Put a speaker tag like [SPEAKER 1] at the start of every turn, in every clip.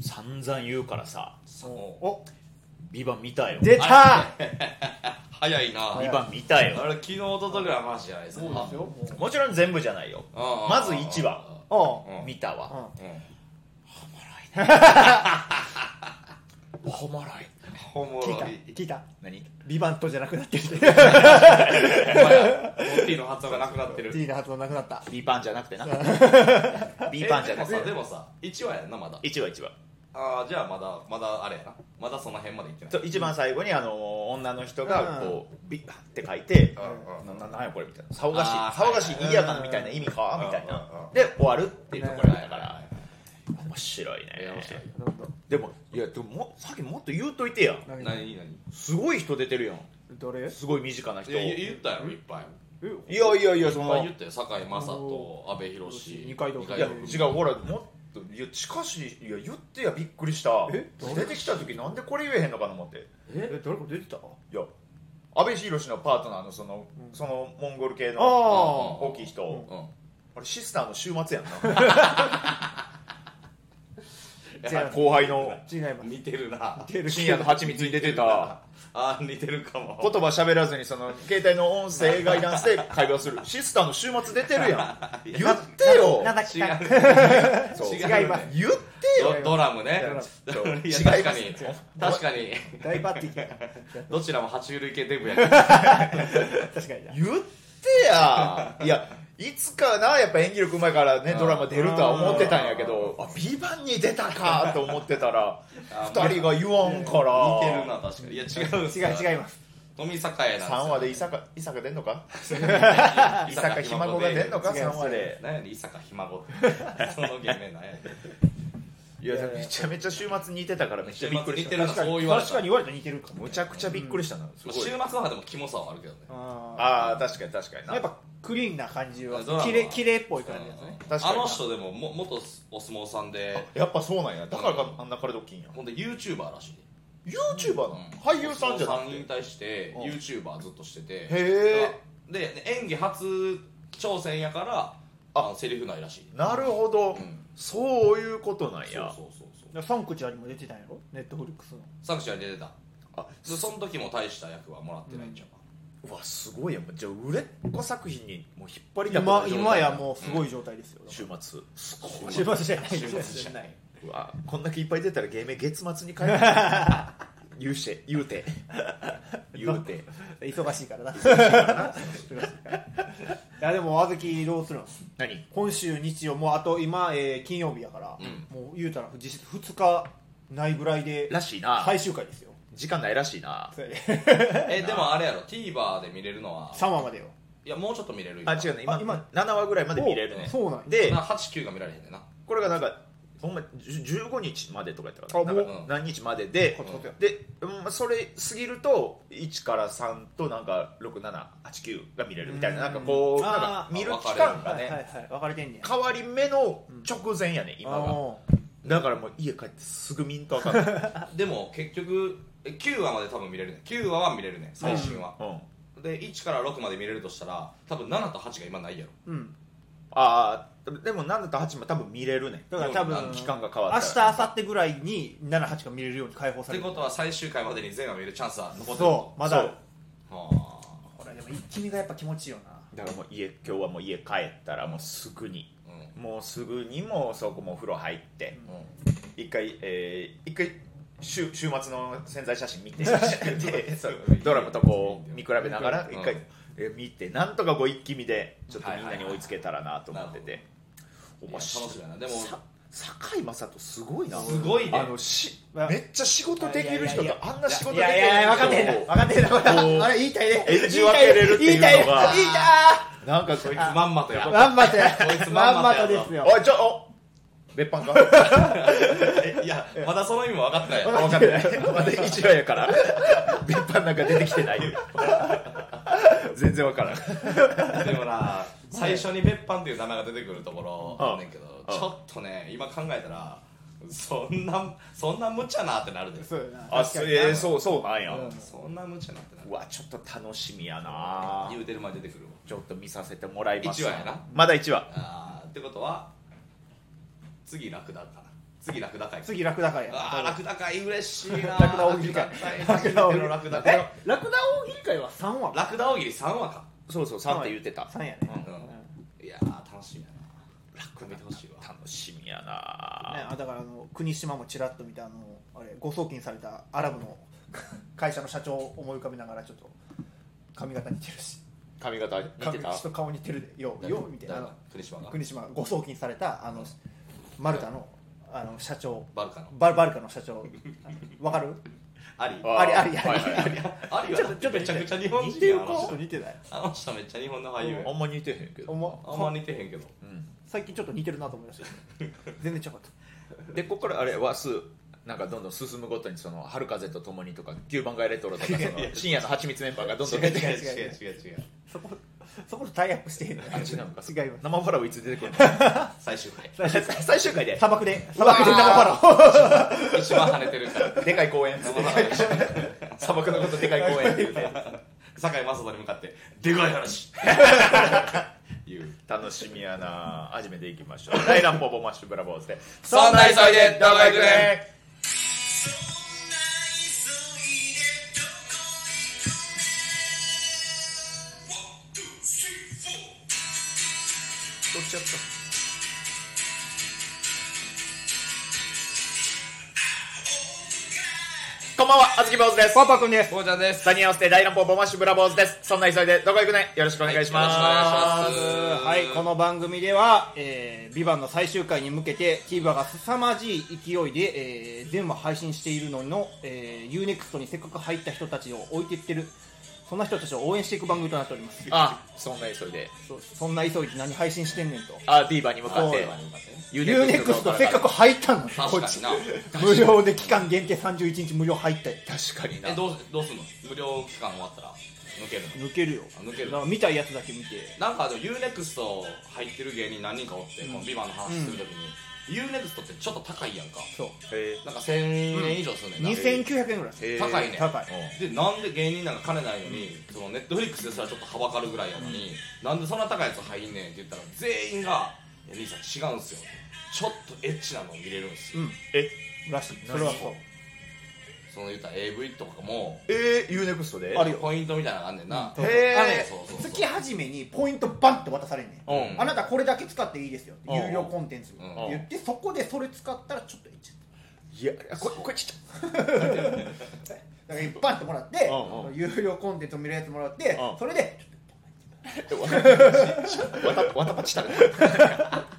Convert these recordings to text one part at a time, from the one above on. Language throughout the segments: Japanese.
[SPEAKER 1] 散々言うからさ
[SPEAKER 2] そう
[SPEAKER 3] お
[SPEAKER 1] 「ビバン見たよ「
[SPEAKER 3] 出た
[SPEAKER 2] 早いな
[SPEAKER 1] ビバン見たよ
[SPEAKER 2] あれ昨日一昨日ぐらいの話じゃないですか
[SPEAKER 3] そうですよ
[SPEAKER 1] もちろん全部じゃないよ
[SPEAKER 2] ああ
[SPEAKER 1] まず1話
[SPEAKER 3] おう
[SPEAKER 2] うん
[SPEAKER 1] 見たわ
[SPEAKER 2] うん
[SPEAKER 1] おもろ い
[SPEAKER 2] おもろ
[SPEAKER 3] 聞いた
[SPEAKER 2] い
[SPEAKER 3] 聞いた
[SPEAKER 1] 何
[SPEAKER 3] ビバントじゃなくなってる
[SPEAKER 2] お前らモッティの発音がなくなってる
[SPEAKER 3] T の発音なくなった
[SPEAKER 1] B パンじゃなくて な B
[SPEAKER 2] え
[SPEAKER 1] パンじゃなく
[SPEAKER 2] でもさで
[SPEAKER 1] て
[SPEAKER 2] もさ1話やんなまだ
[SPEAKER 1] 1話1話
[SPEAKER 2] ああじゃあまだまだあれやなまだその辺まで行ってない
[SPEAKER 1] そう一番最後にあの女の人が
[SPEAKER 3] うん
[SPEAKER 1] こう「ビバン」って書いて
[SPEAKER 2] うんう
[SPEAKER 1] 「
[SPEAKER 2] ん
[SPEAKER 1] なななんやこれ」みたいな「騒がしい
[SPEAKER 2] あー
[SPEAKER 1] 騒がしい
[SPEAKER 3] はい
[SPEAKER 1] 賑やかな」みたいな意味かみたい
[SPEAKER 2] うんうん
[SPEAKER 1] な
[SPEAKER 2] うん
[SPEAKER 1] で終わるっていうところだったか
[SPEAKER 2] はいはいは
[SPEAKER 1] ら
[SPEAKER 2] い
[SPEAKER 1] 面白い
[SPEAKER 2] いや
[SPEAKER 1] ね
[SPEAKER 2] 面白い
[SPEAKER 3] なるほ
[SPEAKER 1] でもいやでももさっきもっと言うといてや
[SPEAKER 3] ど何
[SPEAKER 2] 何何
[SPEAKER 1] すごい人出てるやん
[SPEAKER 3] どれ
[SPEAKER 1] すごい身近な人
[SPEAKER 2] いや言ったやろいっぱい
[SPEAKER 3] え
[SPEAKER 1] いやいやいやそ
[SPEAKER 2] いっぱい
[SPEAKER 1] の
[SPEAKER 2] 言ったよ酒井雅人阿部寛
[SPEAKER 3] 二階堂
[SPEAKER 1] いや
[SPEAKER 3] うん
[SPEAKER 1] 違うほらもっといやしかしいや言ってやびっくりした
[SPEAKER 3] え
[SPEAKER 1] 出てきた時なんでこれ言えへんのかな思ってい
[SPEAKER 3] えどれこれ出てた
[SPEAKER 1] や阿部寛のパートナーのその,、
[SPEAKER 3] うん
[SPEAKER 1] そのモンゴル系の
[SPEAKER 3] あ
[SPEAKER 1] 大きい人、
[SPEAKER 3] うん
[SPEAKER 2] うん
[SPEAKER 1] あれシスターの週末や ん な
[SPEAKER 3] 違う
[SPEAKER 1] 後輩の
[SPEAKER 3] 違います
[SPEAKER 2] 似てるな
[SPEAKER 3] 出る
[SPEAKER 1] 深夜の蜂蜜に出てた
[SPEAKER 2] あー似てるかも
[SPEAKER 1] 言葉喋らずにそ の携帯の音声ガイダンスで会話するシスターの週末出てるやん言ってよ
[SPEAKER 3] なんだっ
[SPEAKER 2] 違
[SPEAKER 3] け
[SPEAKER 2] う
[SPEAKER 1] そう
[SPEAKER 2] 違うね
[SPEAKER 3] 違います
[SPEAKER 1] 言ってよ
[SPEAKER 2] ドドラムね
[SPEAKER 1] ドラム
[SPEAKER 2] いや
[SPEAKER 1] 違いま
[SPEAKER 2] 確か
[SPEAKER 1] す
[SPEAKER 2] に確かに
[SPEAKER 3] 大抜擢や
[SPEAKER 2] どちらも爬虫類系デブやけど
[SPEAKER 3] 確かにな
[SPEAKER 1] 言って やいやいつかなやっぱ演技力うまいからね
[SPEAKER 2] うん
[SPEAKER 1] ドラマ出るとは思ってたんやけど「あビバンに出たかと思ってた ら
[SPEAKER 2] あ
[SPEAKER 1] 2人が言わんか
[SPEAKER 2] 似
[SPEAKER 1] ら
[SPEAKER 2] てるな確かにいや違う
[SPEAKER 3] 違う違います
[SPEAKER 2] 富坂屋なん
[SPEAKER 1] 3話で伊坂伊坂出んのか伊
[SPEAKER 2] 伊
[SPEAKER 1] 坂ひ孫が出んのか
[SPEAKER 3] 違う
[SPEAKER 1] 3話で
[SPEAKER 2] 何やねん伊坂ひ 孫ってその芸名なんやねん
[SPEAKER 1] いや
[SPEAKER 3] いや
[SPEAKER 1] めちゃめちゃ週末似てたからめっちゃびっくりし
[SPEAKER 2] 週末似てる
[SPEAKER 1] た
[SPEAKER 2] なそう言われた
[SPEAKER 3] 確かに言われたら似てるかも
[SPEAKER 1] むちゃくちゃびっくりしたなす
[SPEAKER 2] まあ
[SPEAKER 1] ご
[SPEAKER 2] 週
[SPEAKER 1] い
[SPEAKER 2] 末の方でもキモさはあるけどね
[SPEAKER 3] あ
[SPEAKER 1] ああ確かに確かに
[SPEAKER 3] ー
[SPEAKER 1] な
[SPEAKER 3] やっぱクリーンな感じは
[SPEAKER 2] ドラマ
[SPEAKER 3] きれきれいっぽい感じですね
[SPEAKER 1] 確か
[SPEAKER 2] あ
[SPEAKER 1] にな
[SPEAKER 2] の人でもも元お相撲さんで
[SPEAKER 1] やっぱそうなんやだからかあんな体大きいんや
[SPEAKER 2] ほんで YouTuber らしい
[SPEAKER 1] YouTuber なの俳優さんじゃなく
[SPEAKER 2] お相撲さん引
[SPEAKER 1] て
[SPEAKER 2] 退して
[SPEAKER 1] うん
[SPEAKER 2] YouTuber ずっとしてて
[SPEAKER 1] へ
[SPEAKER 2] でで演技初挑戦やからあのセリフないらしい
[SPEAKER 1] なるほど
[SPEAKER 2] うん
[SPEAKER 1] そういうことなん
[SPEAKER 2] そう
[SPEAKER 1] や
[SPEAKER 2] そうそうそう
[SPEAKER 3] で三口ありも出てたんやろネットフリックスの
[SPEAKER 2] 作者に出てた
[SPEAKER 1] あ
[SPEAKER 2] でその時も大した役はもらってないんちゃうか
[SPEAKER 1] うわすごいやんじゃあ売れっ子作品にもう引っ張りだこ
[SPEAKER 3] 今
[SPEAKER 1] の状態
[SPEAKER 3] 今やもうすごい状態ですよ
[SPEAKER 1] 週末すごい
[SPEAKER 3] 週末じ ゃない
[SPEAKER 2] 週末じゃな
[SPEAKER 3] いう
[SPEAKER 1] わこんだけいっぱい出たら芸名月末に変える言うして言うて言うて
[SPEAKER 3] 忙しい からないやでも小豆どうするの
[SPEAKER 1] 何
[SPEAKER 3] 今週日曜もうあと今、えー金曜日やから、
[SPEAKER 2] う
[SPEAKER 3] もう言うたら実質2日ないぐらいで
[SPEAKER 1] らしいな、
[SPEAKER 3] 最終回ですよ
[SPEAKER 1] 時間ないらしいな
[SPEAKER 3] そうや
[SPEAKER 2] えでもあれやろ TVer で見れるのは
[SPEAKER 3] 3話までよ
[SPEAKER 2] いやもうちょっと見れるよ
[SPEAKER 1] あ違うね今
[SPEAKER 3] あ今
[SPEAKER 1] 7話ぐらいまで見れる
[SPEAKER 3] お
[SPEAKER 1] ね
[SPEAKER 3] そうなんや
[SPEAKER 1] で
[SPEAKER 2] な89が見られへんねんな
[SPEAKER 1] これがなんかほんま10 15日までとかやったか
[SPEAKER 3] あ
[SPEAKER 1] ら
[SPEAKER 3] も
[SPEAKER 1] なん
[SPEAKER 3] う
[SPEAKER 1] か何日までで、
[SPEAKER 3] コツコツや
[SPEAKER 1] で、うんそれ過ぎると1から3となんか6789が見れるみたいななんかこ
[SPEAKER 3] う
[SPEAKER 1] うんなん
[SPEAKER 3] あ
[SPEAKER 1] か
[SPEAKER 2] ー
[SPEAKER 1] 見る期間
[SPEAKER 3] は
[SPEAKER 1] が
[SPEAKER 3] いはいは
[SPEAKER 1] ね
[SPEAKER 3] い分かれてんねや
[SPEAKER 1] 変わり目の直前やね今が
[SPEAKER 3] あ
[SPEAKER 1] だからもう家帰ってすぐ見んとあ かんない、
[SPEAKER 2] でも結局え9話まで多分見れるね9話は見れるね最新話、
[SPEAKER 1] うん、
[SPEAKER 2] で1から6まで見れるとしたら多分7と8が今ないやろ
[SPEAKER 3] ーうん
[SPEAKER 1] ああでも7と8も多分見れるね
[SPEAKER 3] だから多
[SPEAKER 2] あ
[SPEAKER 3] 分
[SPEAKER 2] の
[SPEAKER 1] 期間が変わ
[SPEAKER 3] 明
[SPEAKER 1] っ
[SPEAKER 3] 日
[SPEAKER 1] た
[SPEAKER 3] 明
[SPEAKER 1] ら
[SPEAKER 3] 後日ぐらいに78が見れるように解放
[SPEAKER 2] っ
[SPEAKER 3] さ
[SPEAKER 2] て
[SPEAKER 3] れる
[SPEAKER 2] ことは最終回までに全話見るチャンスは残ってる
[SPEAKER 3] そうまだあ
[SPEAKER 1] そ
[SPEAKER 3] る
[SPEAKER 1] う
[SPEAKER 2] は
[SPEAKER 3] これでも一気見がやっぱ気持ちいいよな
[SPEAKER 1] だからもう家今日はもう家帰ったらもうすぐに
[SPEAKER 2] あうん
[SPEAKER 1] もうすぐにもうそこもお風呂入って
[SPEAKER 2] う
[SPEAKER 1] 一回えー一回週週末の潜在写真見 てでそうドラマとこう見比べながら
[SPEAKER 2] うん
[SPEAKER 1] 一回、えー見てなんとかこう一気見でちょっとみんなに追いつけたらなと思ってて、
[SPEAKER 2] はいん、いや楽
[SPEAKER 1] 白い
[SPEAKER 2] しみやなでも
[SPEAKER 1] さ堺雅人すごいな
[SPEAKER 2] すごいね
[SPEAKER 1] あのし
[SPEAKER 3] まあ
[SPEAKER 1] めっちゃ仕事できる人
[SPEAKER 3] いや
[SPEAKER 1] と
[SPEAKER 3] いやい
[SPEAKER 1] あんな仕事
[SPEAKER 3] い
[SPEAKER 1] できる
[SPEAKER 3] やいやいや分かってんだ
[SPEAKER 1] 人
[SPEAKER 3] 分かってんだこれ
[SPEAKER 1] こう
[SPEAKER 3] あれ言いたいね
[SPEAKER 1] 演じ分けれるっていうのが
[SPEAKER 3] 言いたいね言いたい
[SPEAKER 1] なんかそ
[SPEAKER 2] こ
[SPEAKER 1] い
[SPEAKER 2] いつ
[SPEAKER 1] つ
[SPEAKER 2] まんまとや
[SPEAKER 3] まんまとや
[SPEAKER 2] こいつま
[SPEAKER 3] ま
[SPEAKER 2] ん
[SPEAKER 3] ん
[SPEAKER 2] ま
[SPEAKER 3] ま
[SPEAKER 2] とや
[SPEAKER 3] と
[SPEAKER 2] ぞ
[SPEAKER 3] ですよ
[SPEAKER 1] おいちょお別班か
[SPEAKER 2] いやまだその意味も分かっ てない
[SPEAKER 1] 分かってないまだ一話やから別班なんか出てきてない全然分からん
[SPEAKER 2] でもな最初に別班っていう名前が出てくるところあんねんけど
[SPEAKER 1] うん
[SPEAKER 2] ちょっとね今考えたらそんなそんな無茶なってなるで
[SPEAKER 3] そうやな
[SPEAKER 1] あすえー、
[SPEAKER 3] う
[SPEAKER 1] そうそうなんや、
[SPEAKER 3] うん
[SPEAKER 2] そんな無茶なってな
[SPEAKER 1] う
[SPEAKER 2] る
[SPEAKER 1] わちょっと楽しみやな
[SPEAKER 2] 言うてる前に出てくるわ
[SPEAKER 1] ちょっと見させてもらいます
[SPEAKER 2] 一話やな
[SPEAKER 1] まだ1話
[SPEAKER 2] あーってことは次ラクダかな次ラクダ会
[SPEAKER 3] 次ラクダ会や
[SPEAKER 2] あーラクダ会嬉しいな
[SPEAKER 3] ラクダ大喜利会
[SPEAKER 2] ラクダ大喜利ラクダ会
[SPEAKER 3] えラクダ大喜利会は3話
[SPEAKER 2] ラクダ大喜利3話か
[SPEAKER 1] そうそう3って言ってた
[SPEAKER 3] 3やね、
[SPEAKER 2] うん
[SPEAKER 3] うんね
[SPEAKER 2] いやー楽しみやなラクダ見てほしいわ
[SPEAKER 1] 楽しみやな
[SPEAKER 3] あだからあの国島もちらっと見てあのあれ誤送金されたアラブの会社の社長を思い浮かべながらちょっと髪型似てるし
[SPEAKER 1] 髪型似てた
[SPEAKER 3] 髪と顔似てるでようよう見てあの
[SPEAKER 2] 国島が
[SPEAKER 3] 国島誤送金されたあのマルタのあの社長
[SPEAKER 2] バルカの
[SPEAKER 3] バルバルカの社長わかる
[SPEAKER 2] あり
[SPEAKER 1] ー
[SPEAKER 3] ありありあり
[SPEAKER 1] はいはいはい
[SPEAKER 2] ありはだってめちゃくちゃ日本
[SPEAKER 3] 似て
[SPEAKER 2] 人
[SPEAKER 3] る
[SPEAKER 2] や
[SPEAKER 3] 子
[SPEAKER 2] んあ
[SPEAKER 3] ちょっと
[SPEAKER 2] の人
[SPEAKER 3] 似てない
[SPEAKER 2] あの人めっちゃ日本の俳優や
[SPEAKER 1] あんま似てへんけ
[SPEAKER 3] お
[SPEAKER 1] ど、
[SPEAKER 3] も
[SPEAKER 2] あんま似てへんけど
[SPEAKER 1] うん
[SPEAKER 3] 最近ちょっと似てるなと思いました全然違うかった
[SPEAKER 1] でここからあれ和数なんかどんどん進むごとにその春風とともにとか九番街レトロとかその深夜の蜂蜜メンバーがどんどん出てくる
[SPEAKER 3] 違う違う
[SPEAKER 2] 違う違う違う
[SPEAKER 3] そこそこでタイアップしてへんの
[SPEAKER 1] あ違うのか
[SPEAKER 3] 違います
[SPEAKER 1] 生ファラオいつ出てくるの
[SPEAKER 2] 最終回
[SPEAKER 1] 最終回で
[SPEAKER 3] 砂漠で砂漠で生パロ
[SPEAKER 2] 一番跳ねてるから
[SPEAKER 1] でかい公園
[SPEAKER 2] 生配信
[SPEAKER 1] 砂漠のことでかい公園って言うて
[SPEAKER 2] 堺雅人に向かって「でかい話」言う
[SPEAKER 1] 楽しみやな始めていきましょう大乱暴ボマッシュブラボーズで
[SPEAKER 2] そんな急いでどこ行くねん
[SPEAKER 1] 取っちゃったこんばんは、あずき坊主です。
[SPEAKER 3] パパ君です
[SPEAKER 2] こうちゃんです
[SPEAKER 1] サニー合わせて大乱暴ボマッシュブラボーズです。そんな急いでどこ行くねんよろしくお願いします。
[SPEAKER 2] は
[SPEAKER 3] はいこの番組では「えー、ビバンの最終回に向けて TVer が凄まじい勢いで、えー、全話配信しているのの、えー、UNEXT にせっかく入った人たちを置いていってるそんな人たちを応援していく番組となっております
[SPEAKER 1] あ、そんな急いで。
[SPEAKER 3] そそんな急いで何配信してんねんと
[SPEAKER 1] あ、ディーバーに向かって。
[SPEAKER 3] UNEXT せっかく入ったのにこ
[SPEAKER 2] 確
[SPEAKER 3] っ
[SPEAKER 2] か
[SPEAKER 3] ち
[SPEAKER 2] にな
[SPEAKER 3] 無料で期間限定31日無料入って
[SPEAKER 1] 確かにな
[SPEAKER 2] え。どうどうすんの無料期間終わったら抜けるの
[SPEAKER 3] 抜けるよ
[SPEAKER 2] あ抜ける
[SPEAKER 3] だから見たいやつだけ見て
[SPEAKER 2] なんかあの UNEXT 入ってる芸人何人かおって、この「ビバンの話するときに、UNEXT ってちょっと高いやんか
[SPEAKER 3] そう
[SPEAKER 1] え
[SPEAKER 2] なんか1000円以上するねんな、
[SPEAKER 3] 2900円ぐらいす
[SPEAKER 1] ー
[SPEAKER 3] る
[SPEAKER 2] 高いね
[SPEAKER 3] 高い
[SPEAKER 2] でなんで芸人なんか金ないのに、そのネットフリックスですらちょっとはばかるぐらいやのに、なんでそんな高いやつ入んねんって言ったら全員が「いや兄さん違うんすよ」ちょっとエッチなのを見れるんすよ、
[SPEAKER 3] うん
[SPEAKER 1] え、
[SPEAKER 3] らしいそれはそう
[SPEAKER 2] その言ったら AV とかも
[SPEAKER 1] えー、ユーネクストで
[SPEAKER 3] あるよ
[SPEAKER 2] ポイントみたいなのがあんねんな、
[SPEAKER 1] ん
[SPEAKER 3] そうそう
[SPEAKER 1] へー
[SPEAKER 3] あのね
[SPEAKER 2] そうそうそう
[SPEAKER 3] 月始めにポイントバンって渡されんねん、
[SPEAKER 2] うん
[SPEAKER 3] あなたこれだけ使っていいですよって
[SPEAKER 1] うん
[SPEAKER 3] 有料コンテンツって
[SPEAKER 2] うん
[SPEAKER 3] 言ってそこでそれ使ったらちょっといっちゃった
[SPEAKER 1] いや、これ、これちょっ
[SPEAKER 3] だからバンってもらって
[SPEAKER 1] うんうん
[SPEAKER 3] 有料コンテンツを見るやつもらって
[SPEAKER 1] うん
[SPEAKER 3] それで
[SPEAKER 1] と。わた、わたぱちたる。
[SPEAKER 2] そう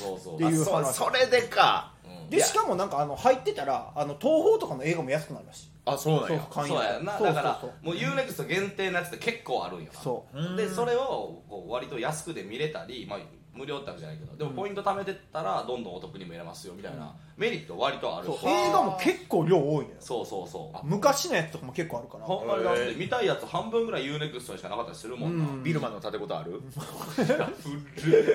[SPEAKER 2] そうそう
[SPEAKER 3] で
[SPEAKER 2] あ
[SPEAKER 1] あ
[SPEAKER 3] いう
[SPEAKER 1] そうそれでか。
[SPEAKER 2] うん
[SPEAKER 1] い
[SPEAKER 3] で
[SPEAKER 1] や
[SPEAKER 3] しかもなんかあの入ってたらあの東宝とかの映画も安くなるらしい
[SPEAKER 1] あ、そうなんや。
[SPEAKER 3] 勧誘
[SPEAKER 2] そうやな
[SPEAKER 3] そうそ
[SPEAKER 2] だか
[SPEAKER 3] う
[SPEAKER 2] ら
[SPEAKER 3] そう
[SPEAKER 2] もう UNEXT 限定のやつって結構あるんよな
[SPEAKER 3] そう
[SPEAKER 2] で
[SPEAKER 1] うん
[SPEAKER 2] それをこう割と安くで見れたり、まあ、無料ってわけじゃないけどでもポイント貯めてったらどんどんお得に見れますよみたいなメリット割とある
[SPEAKER 3] うそう
[SPEAKER 2] し
[SPEAKER 3] 映画も結構量多いのよ
[SPEAKER 2] そうそうそう
[SPEAKER 3] 昔のやつとかも結構あるから
[SPEAKER 2] ほんまにだ
[SPEAKER 1] へ
[SPEAKER 2] って
[SPEAKER 1] え
[SPEAKER 2] 見たいやつ半分ぐらい UNEXT にしかなかったりするもんな、
[SPEAKER 3] うん
[SPEAKER 1] ビルマの建てことある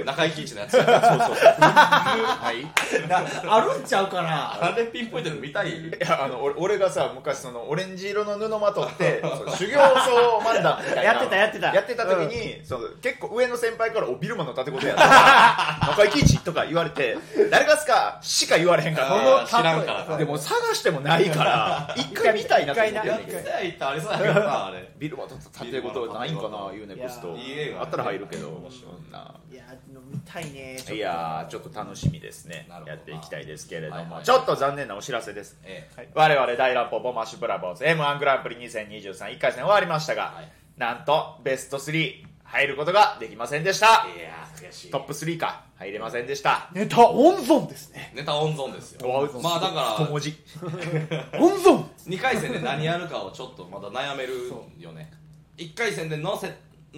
[SPEAKER 2] 中井貴一のやつ
[SPEAKER 1] はい。い
[SPEAKER 3] なあるんちゃうかな
[SPEAKER 2] あれピンポイントで見たい
[SPEAKER 1] や、あの、俺俺がさ、昔、その、オレンジ色の布まとって、そう修行僧漫談みたいな。
[SPEAKER 3] やってたやってた
[SPEAKER 1] やってた時に、その結構上の先輩から、お、ビルマの建てことやった。中井貴一とか言われて、誰がすかしか言われへんか
[SPEAKER 2] あー知らんから
[SPEAKER 1] ら。
[SPEAKER 2] な
[SPEAKER 1] でも探してもないから、一回見たいなって思ってん
[SPEAKER 3] 一
[SPEAKER 1] ね
[SPEAKER 2] や
[SPEAKER 1] ん
[SPEAKER 2] っ
[SPEAKER 1] け
[SPEAKER 2] て
[SPEAKER 1] ど
[SPEAKER 2] たやってありそうやけどなあれ
[SPEAKER 1] ビルマと建てことないんかな、ユーネクスト。
[SPEAKER 2] いやいい映画
[SPEAKER 1] あったら入るけど
[SPEAKER 2] 面、白い
[SPEAKER 1] そんな。
[SPEAKER 3] いや見たいね
[SPEAKER 1] いやーちょっと楽しみですね
[SPEAKER 2] なるほど
[SPEAKER 1] やっていきたいですけれども、
[SPEAKER 2] はいはい
[SPEAKER 1] ちょっと残念なお知らせです
[SPEAKER 2] ええ
[SPEAKER 1] 我々大乱暴ボマッシュブラボーズ m 1グランプリ20231回戦終わりましたが、
[SPEAKER 2] はい
[SPEAKER 1] なんとベスト3入ることができませんでした
[SPEAKER 2] いやー悔しい
[SPEAKER 1] トップ3か入れませんでした
[SPEAKER 3] ネタ温存ですね
[SPEAKER 2] ネタ温存ですよ
[SPEAKER 1] お
[SPEAKER 2] まあだから
[SPEAKER 1] 小文字
[SPEAKER 3] 温存
[SPEAKER 2] 2回戦で何やるかをちょっとまだ悩めるよね1回戦で載せ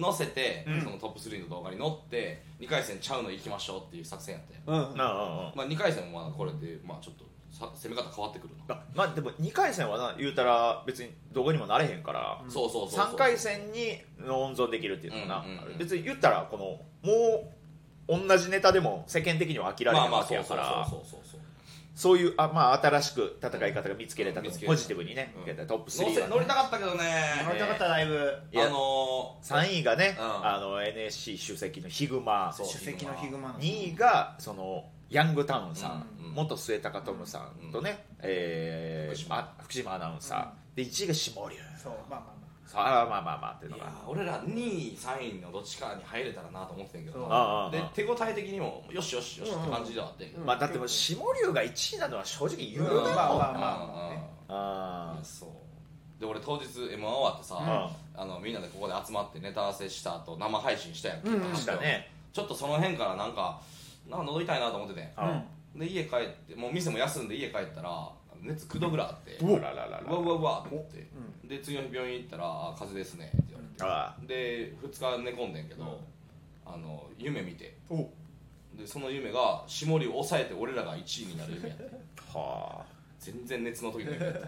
[SPEAKER 2] 載せて、そのトップ3の動画に載って2回戦ちゃうの行きましょうっていう作戦やって、
[SPEAKER 3] うん
[SPEAKER 1] うんうんうん
[SPEAKER 2] まあ、2回戦もまあこれで、まあ、ちょっとさ攻め方変わってくるな、
[SPEAKER 1] あまあでも2回戦はな言うたら別にどこにもなれへんから、
[SPEAKER 2] そうそうそうそう
[SPEAKER 1] 3回戦に温存できるっていうのかな、
[SPEAKER 2] うんうんうん
[SPEAKER 1] 別に言ったらこのもう同じネタでも世間的には飽きられ
[SPEAKER 2] ま
[SPEAKER 1] な
[SPEAKER 2] あ
[SPEAKER 1] い
[SPEAKER 2] まあ
[SPEAKER 1] わけ
[SPEAKER 2] そう
[SPEAKER 1] やか
[SPEAKER 2] そう
[SPEAKER 1] ら
[SPEAKER 2] そうそうそう
[SPEAKER 1] そういうあ、まあ、新しく戦い方が見つけれたと、
[SPEAKER 2] うん見つけれた
[SPEAKER 1] ポジティブにね、
[SPEAKER 2] うん
[SPEAKER 1] トップ3
[SPEAKER 2] 乗せ
[SPEAKER 1] は
[SPEAKER 2] 乗りたかったけどね
[SPEAKER 3] 乗りたかったライブ
[SPEAKER 1] いや
[SPEAKER 2] あの
[SPEAKER 1] 3位がね、
[SPEAKER 2] うん
[SPEAKER 1] あの NSC 主席のヒグマ
[SPEAKER 2] そう
[SPEAKER 3] 主席のヒグマの
[SPEAKER 1] 2位がそのヤングタウンさん、
[SPEAKER 2] うんうん
[SPEAKER 1] 元末高トムさんとね、えー
[SPEAKER 2] 福島
[SPEAKER 1] あ福島アナウンサー、で1位が下流
[SPEAKER 3] そうまあまあま
[SPEAKER 1] さあまあまあまあっていうの
[SPEAKER 2] い
[SPEAKER 1] が
[SPEAKER 2] やー俺ら2位3位のどっちかに入れたらなと思ってんけど
[SPEAKER 1] ああ
[SPEAKER 2] なで手応え的にもよしよしよしって感じではあってんけど、
[SPEAKER 3] うん
[SPEAKER 1] まあだってもう下流が1位なのは正直言うな
[SPEAKER 3] う
[SPEAKER 1] も
[SPEAKER 3] ん
[SPEAKER 1] ん
[SPEAKER 3] ま
[SPEAKER 1] な、
[SPEAKER 3] あ
[SPEAKER 1] あ
[SPEAKER 3] まあ
[SPEAKER 2] ああ
[SPEAKER 1] あ
[SPEAKER 2] あそうで俺当日 m 1終わってさ、あのみんなでここで集まってネタ合わせした後生配信したやんけ、
[SPEAKER 3] うんうん
[SPEAKER 1] ーしたね
[SPEAKER 2] ちょっとその辺からなんかなんか喉痛いなと思ってて
[SPEAKER 1] あ
[SPEAKER 2] で家帰ってもう店も休んで家帰ったら熱9度ぐらいあって
[SPEAKER 1] うわらららら
[SPEAKER 2] うわうわうわって思って、で次の日病院行ったらあ「風邪ですね」って言われて、
[SPEAKER 1] あ
[SPEAKER 2] で2日寝込んでんけど、あの夢見て
[SPEAKER 3] あね
[SPEAKER 2] でその夢が下りを抑えて俺らが1位になる 夢やって
[SPEAKER 1] あはあ
[SPEAKER 2] 全然熱の時の夢やった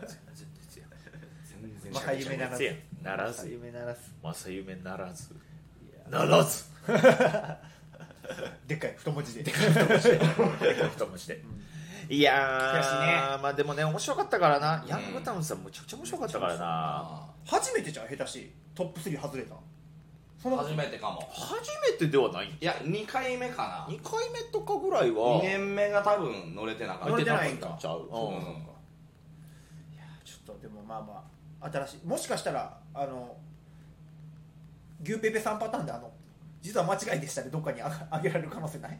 [SPEAKER 2] 全然
[SPEAKER 3] まあ夢ならず
[SPEAKER 1] ならず
[SPEAKER 3] 夢ならす
[SPEAKER 1] 正夢ならずならず
[SPEAKER 3] でっかい太文字で
[SPEAKER 1] 太もしていやー
[SPEAKER 3] 悔しい
[SPEAKER 1] まあでもね面白かったからなヤングタウンさんむちゃくちゃ面白かったからな
[SPEAKER 2] あ
[SPEAKER 3] 初めてじゃん下手しトップ3外れたそ
[SPEAKER 2] ー
[SPEAKER 3] の
[SPEAKER 2] 初めてかも
[SPEAKER 1] 初めてではない
[SPEAKER 2] いや2回目か
[SPEAKER 1] 2回目とかぐらい
[SPEAKER 2] な2
[SPEAKER 1] は
[SPEAKER 2] 年目が多分乗れてなか
[SPEAKER 1] あ
[SPEAKER 2] っ
[SPEAKER 3] 乗
[SPEAKER 2] た
[SPEAKER 3] れてないん
[SPEAKER 1] 出
[SPEAKER 3] か
[SPEAKER 1] なちゃう
[SPEAKER 2] う
[SPEAKER 1] う
[SPEAKER 2] ん
[SPEAKER 1] ん
[SPEAKER 3] いやちょっとでもまあまあ新しいもしかしたらあの牛ペペさんパターンであの実は間違いでしたでどっかにああげられる可能性ない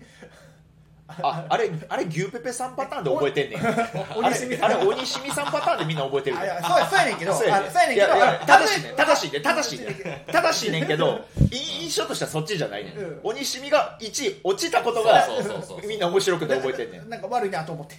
[SPEAKER 1] ああれあれ牛ペペさんパターンで覚えてんねん
[SPEAKER 3] お
[SPEAKER 1] あ
[SPEAKER 3] 鬼しみ
[SPEAKER 1] れ
[SPEAKER 3] さん
[SPEAKER 1] あれ鬼しみさんパターンでみんな覚えてる
[SPEAKER 3] あいやそうやそうやねんけどあ
[SPEAKER 1] そう
[SPEAKER 3] そう
[SPEAKER 1] やね
[SPEAKER 3] やねん
[SPEAKER 1] い
[SPEAKER 3] けど
[SPEAKER 1] やいや
[SPEAKER 3] あ
[SPEAKER 1] 正しいね正しいね正しいね正しいねんけどい印象としてはそっちじゃないねん
[SPEAKER 3] うん
[SPEAKER 1] 鬼しみが1位落ちたことが
[SPEAKER 2] そうそうそうそう
[SPEAKER 1] みんな面白くて覚えてんねん
[SPEAKER 3] なんか悪いなと思って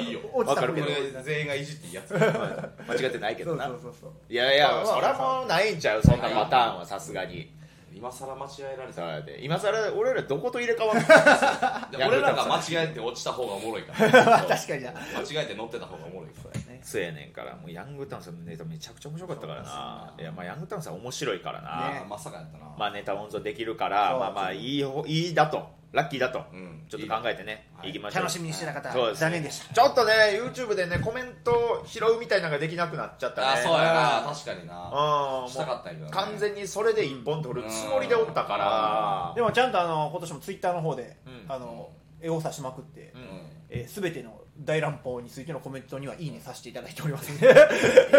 [SPEAKER 2] いい よ
[SPEAKER 3] 落ち
[SPEAKER 1] わ
[SPEAKER 3] た
[SPEAKER 1] かるけ
[SPEAKER 2] こ
[SPEAKER 1] ど
[SPEAKER 2] れ全員がいじっていいや つ
[SPEAKER 1] 間違ってないけ
[SPEAKER 3] そ
[SPEAKER 1] ど
[SPEAKER 3] うそ
[SPEAKER 1] な
[SPEAKER 3] うそうそう
[SPEAKER 1] いやいや
[SPEAKER 3] まあまあ
[SPEAKER 1] そりゃもうないんちゃうそんなパターンはさすがに
[SPEAKER 2] 今さら間違えられ
[SPEAKER 1] そ
[SPEAKER 2] た
[SPEAKER 1] うやで今さら俺らどこと入れ替わる
[SPEAKER 2] で俺らが間違えて落ちた方がおもろいから
[SPEAKER 3] 確かにな
[SPEAKER 2] 間違えて乗ってた方がおもろいから
[SPEAKER 1] そうやねんからもうヤングタウンさんのネタめちゃくちゃ面白かったから
[SPEAKER 2] そう
[SPEAKER 1] な
[SPEAKER 2] そう
[SPEAKER 1] いやまあヤングタウンさん面白いからな、
[SPEAKER 3] ね
[SPEAKER 2] あーまさかやったな
[SPEAKER 1] まあネタ温存できるから
[SPEAKER 3] そう
[SPEAKER 1] まあまあいい方いいだとラッキーだと、
[SPEAKER 2] うん
[SPEAKER 1] ちょっと考えてね
[SPEAKER 2] いい
[SPEAKER 1] いきましょう
[SPEAKER 3] 楽しみにしてなかった
[SPEAKER 1] そうです
[SPEAKER 3] 残念でした
[SPEAKER 1] ちょっとね YouTube でねコメント拾うみたいなのができなくなっちゃったね
[SPEAKER 2] あーそうやな確かに
[SPEAKER 1] う
[SPEAKER 2] な
[SPEAKER 1] ん
[SPEAKER 2] した
[SPEAKER 1] も
[SPEAKER 2] かったんやけど
[SPEAKER 1] う
[SPEAKER 2] ね
[SPEAKER 1] 完全にそれで一本取るつもりでおったから
[SPEAKER 3] でもちゃんとあの今年もツイッターの方で、
[SPEAKER 1] うん
[SPEAKER 3] あの絵を差しまくって、
[SPEAKER 1] う
[SPEAKER 2] うんん
[SPEAKER 3] えー、全ての大乱暴についてのコメントにはいいねさせていただいており ますんで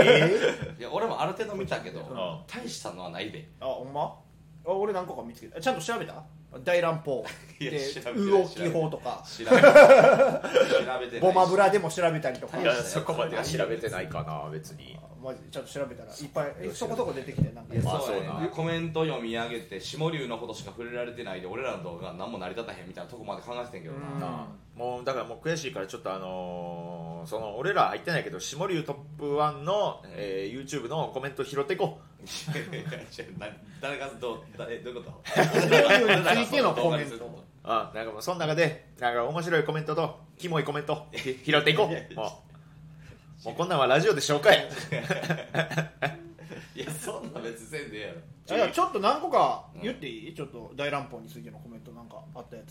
[SPEAKER 2] いや俺もある程度見たけど、
[SPEAKER 1] ん
[SPEAKER 2] 大したのはないで
[SPEAKER 3] あほんまあ俺何個か見つけたちゃんと調べた大乱暴
[SPEAKER 2] いや
[SPEAKER 3] で
[SPEAKER 2] 調べてない
[SPEAKER 3] ウオキ法とか
[SPEAKER 2] 調べて調べてない
[SPEAKER 3] ボマブラでも調べたりとか
[SPEAKER 1] いやそこまでは調べてないかな別に
[SPEAKER 3] あマジでちゃんと調べたらいっぱいえそこそこ出てきてなんか
[SPEAKER 2] いや
[SPEAKER 1] まあ
[SPEAKER 2] そうやね
[SPEAKER 1] そうな
[SPEAKER 2] コメント読み上げて下流のことしか触れられてないで俺らの動画が何も成り立たへんみたいなとこまで考えててんけどな、
[SPEAKER 3] うん
[SPEAKER 1] なもうだからもう悔しいからちょっとあのーその俺ら入ってないけど下流トップ1の、えー YouTube のコメント拾っていこう
[SPEAKER 2] いやいや違うな誰がどう誰どういうこと
[SPEAKER 3] そういうのについてのコメント
[SPEAKER 2] 誰がそう動画にすること
[SPEAKER 1] あなんかもうその中でなんか面白いコメントとキモいコメントひ拾っていこ うもうもうこんなんはラジオで紹介
[SPEAKER 2] いやそんな別にせんでええやろ
[SPEAKER 3] あいやちょっと何個か言っていい、ちょっと大乱暴についてのコメントなんかあったや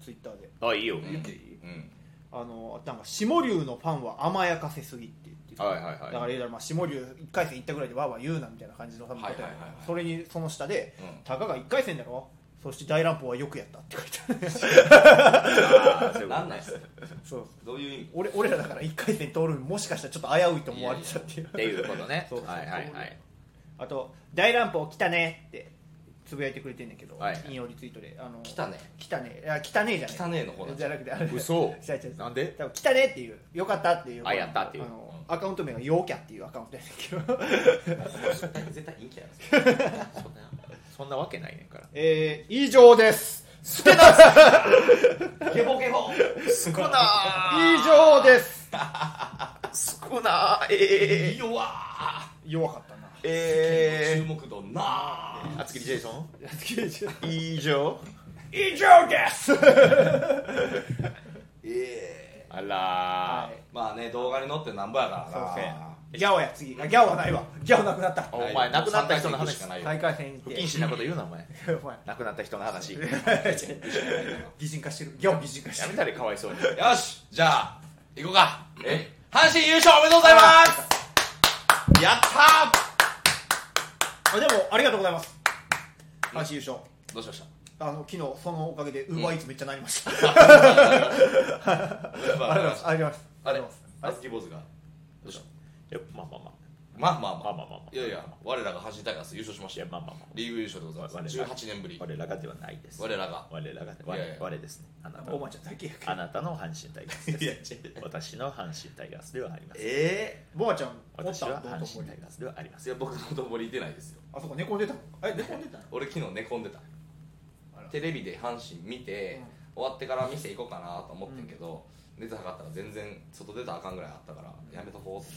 [SPEAKER 3] つツイッターで
[SPEAKER 1] あいいよ
[SPEAKER 2] うん
[SPEAKER 3] 言っていい
[SPEAKER 2] うん
[SPEAKER 3] あのなんか下流のファンは甘やかせすぎって言ってて
[SPEAKER 1] はいはいはい
[SPEAKER 3] だから言うたらまあ下流1回戦行ったぐらいでわーわー言うなみたいな感じの多分
[SPEAKER 2] はいはい
[SPEAKER 3] 答え
[SPEAKER 2] はいはい
[SPEAKER 3] それにその下で、
[SPEAKER 2] うん
[SPEAKER 3] たかが1回戦だろそして大乱暴はよくやったって書いてある
[SPEAKER 1] あーそういうこと
[SPEAKER 2] なんなん
[SPEAKER 1] ね
[SPEAKER 2] すか
[SPEAKER 3] そう
[SPEAKER 2] どういう意味
[SPEAKER 3] 俺俺らだから1回戦通るのにもしかしたらちょっと危ういと思われてたっていう
[SPEAKER 1] っていうことね
[SPEAKER 3] そうそう
[SPEAKER 1] はいはいはい
[SPEAKER 3] あと「大乱暴来たね」ってつぶやいてくれてんだけど、
[SPEAKER 1] はい
[SPEAKER 3] 引用リツイートで「あの
[SPEAKER 2] 来たね
[SPEAKER 3] 来たね」あ「来たね」じゃない
[SPEAKER 2] 来たねの方だ
[SPEAKER 3] じゃなくてあれ
[SPEAKER 1] 嘘
[SPEAKER 3] 違う違う違う
[SPEAKER 1] なんで
[SPEAKER 3] 多分来たねっていうよかったっていう
[SPEAKER 1] あやったっていう
[SPEAKER 3] あのアカウント名が陽キャっていうアカウントやねんけど
[SPEAKER 2] 絶対絶対陰キャやろそんな
[SPEAKER 1] そんなわけないねんから
[SPEAKER 3] えー、以上です。
[SPEAKER 2] ケボケボ
[SPEAKER 1] 少な
[SPEAKER 3] 以上です。
[SPEAKER 1] す少なーえー、
[SPEAKER 2] 弱
[SPEAKER 3] 弱かったな。
[SPEAKER 1] え
[SPEAKER 2] 注目度な
[SPEAKER 1] ー、厚切りジェイソン
[SPEAKER 3] 以
[SPEAKER 1] 以上
[SPEAKER 3] 上 です。
[SPEAKER 2] ええ
[SPEAKER 1] あらー、
[SPEAKER 2] まあね動画に載ってなんぼやか
[SPEAKER 3] そ
[SPEAKER 2] ら
[SPEAKER 3] うそう
[SPEAKER 2] な
[SPEAKER 3] ギャオや次。あギャオはないわ。ギャオなくなった。
[SPEAKER 1] お前亡くなった人の話
[SPEAKER 2] しかないよ
[SPEAKER 3] 大会戦行っ
[SPEAKER 1] 不
[SPEAKER 3] て
[SPEAKER 1] 謹。慎なこと言うなお前
[SPEAKER 3] お前
[SPEAKER 1] 亡くなった人の話や
[SPEAKER 3] 擬人化してる。ギャオ擬人化して
[SPEAKER 1] め
[SPEAKER 3] る。
[SPEAKER 1] たらかわいそうに
[SPEAKER 2] よしじゃあ行こうかえ阪神優勝おめでとうございますやった
[SPEAKER 3] あでもありがとうございます。阪神優勝。
[SPEAKER 2] ーどうしました
[SPEAKER 3] あの昨日そのおかげでウーバーイーツめっちゃなりました、ありがとうございますありがとうご
[SPEAKER 2] あ
[SPEAKER 3] ざ
[SPEAKER 2] れ
[SPEAKER 3] います
[SPEAKER 2] あずき坊主が
[SPEAKER 1] どうしたいやまあまあまあ
[SPEAKER 2] まあま
[SPEAKER 1] ま
[SPEAKER 2] あま
[SPEAKER 1] あまあ
[SPEAKER 2] あ
[SPEAKER 1] まあまあ
[SPEAKER 2] いやいや我らが走りタイガース優勝しまし
[SPEAKER 1] い
[SPEAKER 2] た
[SPEAKER 1] やま
[SPEAKER 2] よ
[SPEAKER 1] あまあまあ
[SPEAKER 2] リーグ優勝でございます
[SPEAKER 1] 我々が
[SPEAKER 2] 18年ぶり
[SPEAKER 1] 我らがではないです
[SPEAKER 2] 我らが
[SPEAKER 1] 我らが
[SPEAKER 2] いやいや
[SPEAKER 1] 我我ですねあなた
[SPEAKER 3] お前ちゃんだけやけ
[SPEAKER 1] あ
[SPEAKER 3] ど
[SPEAKER 1] なたの阪神タイガース
[SPEAKER 2] いや違
[SPEAKER 1] です私の阪神タイガースではありません
[SPEAKER 2] え
[SPEAKER 3] ボアちゃんおっ
[SPEAKER 1] 私
[SPEAKER 3] た
[SPEAKER 1] は
[SPEAKER 3] ど
[SPEAKER 1] 阪
[SPEAKER 3] うとこ
[SPEAKER 1] 神
[SPEAKER 3] に
[SPEAKER 1] タイガースではありま
[SPEAKER 2] え
[SPEAKER 1] せん
[SPEAKER 2] いや僕のとぼりいてないですよ
[SPEAKER 3] あそこ寝込んでたのえ寝込んでたの
[SPEAKER 2] 俺昨日寝込んでた
[SPEAKER 3] あら
[SPEAKER 2] テレビで阪神見て、終わってから店行こうかなと思ってんけど、熱測ったら全然外出たらあかんぐらいあったからやめとこう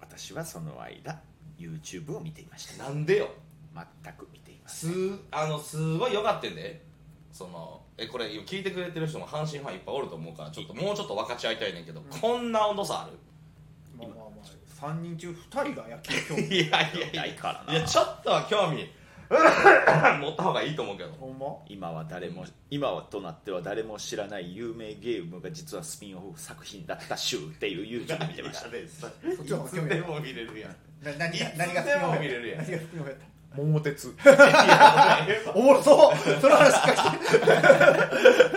[SPEAKER 1] 私はその間 YouTube を見ていました
[SPEAKER 2] なんでよ
[SPEAKER 1] 全く見ています
[SPEAKER 2] すあのすごいよかってんでそのえこれ聞いてくれてる人も阪神ファンいっぱいおると思うからちょっともうちょっと分かち合いたいねんけど、こんな温度差ある
[SPEAKER 3] まあまあまあ3人中2人が野球興味
[SPEAKER 2] いやいやいや
[SPEAKER 1] ないからない
[SPEAKER 2] やちょっとは興味 持った方がいいと思うけど
[SPEAKER 3] ほんま
[SPEAKER 1] 今は誰も今はとなっては誰も知らない有名ゲームが実はスピンオフ作品だった週っていう YouTube を見てました
[SPEAKER 2] いやそ
[SPEAKER 3] っ
[SPEAKER 2] い
[SPEAKER 3] ちの方が興
[SPEAKER 2] つ
[SPEAKER 3] 味あ
[SPEAKER 2] で
[SPEAKER 3] る
[SPEAKER 2] も見れるやん
[SPEAKER 3] な何が
[SPEAKER 2] いつ
[SPEAKER 3] 何が
[SPEAKER 2] でも
[SPEAKER 3] 好きな
[SPEAKER 2] 見れるやん
[SPEAKER 3] 何が好きなのやった
[SPEAKER 1] 桃鉄
[SPEAKER 3] おもろそうその話しか聞いて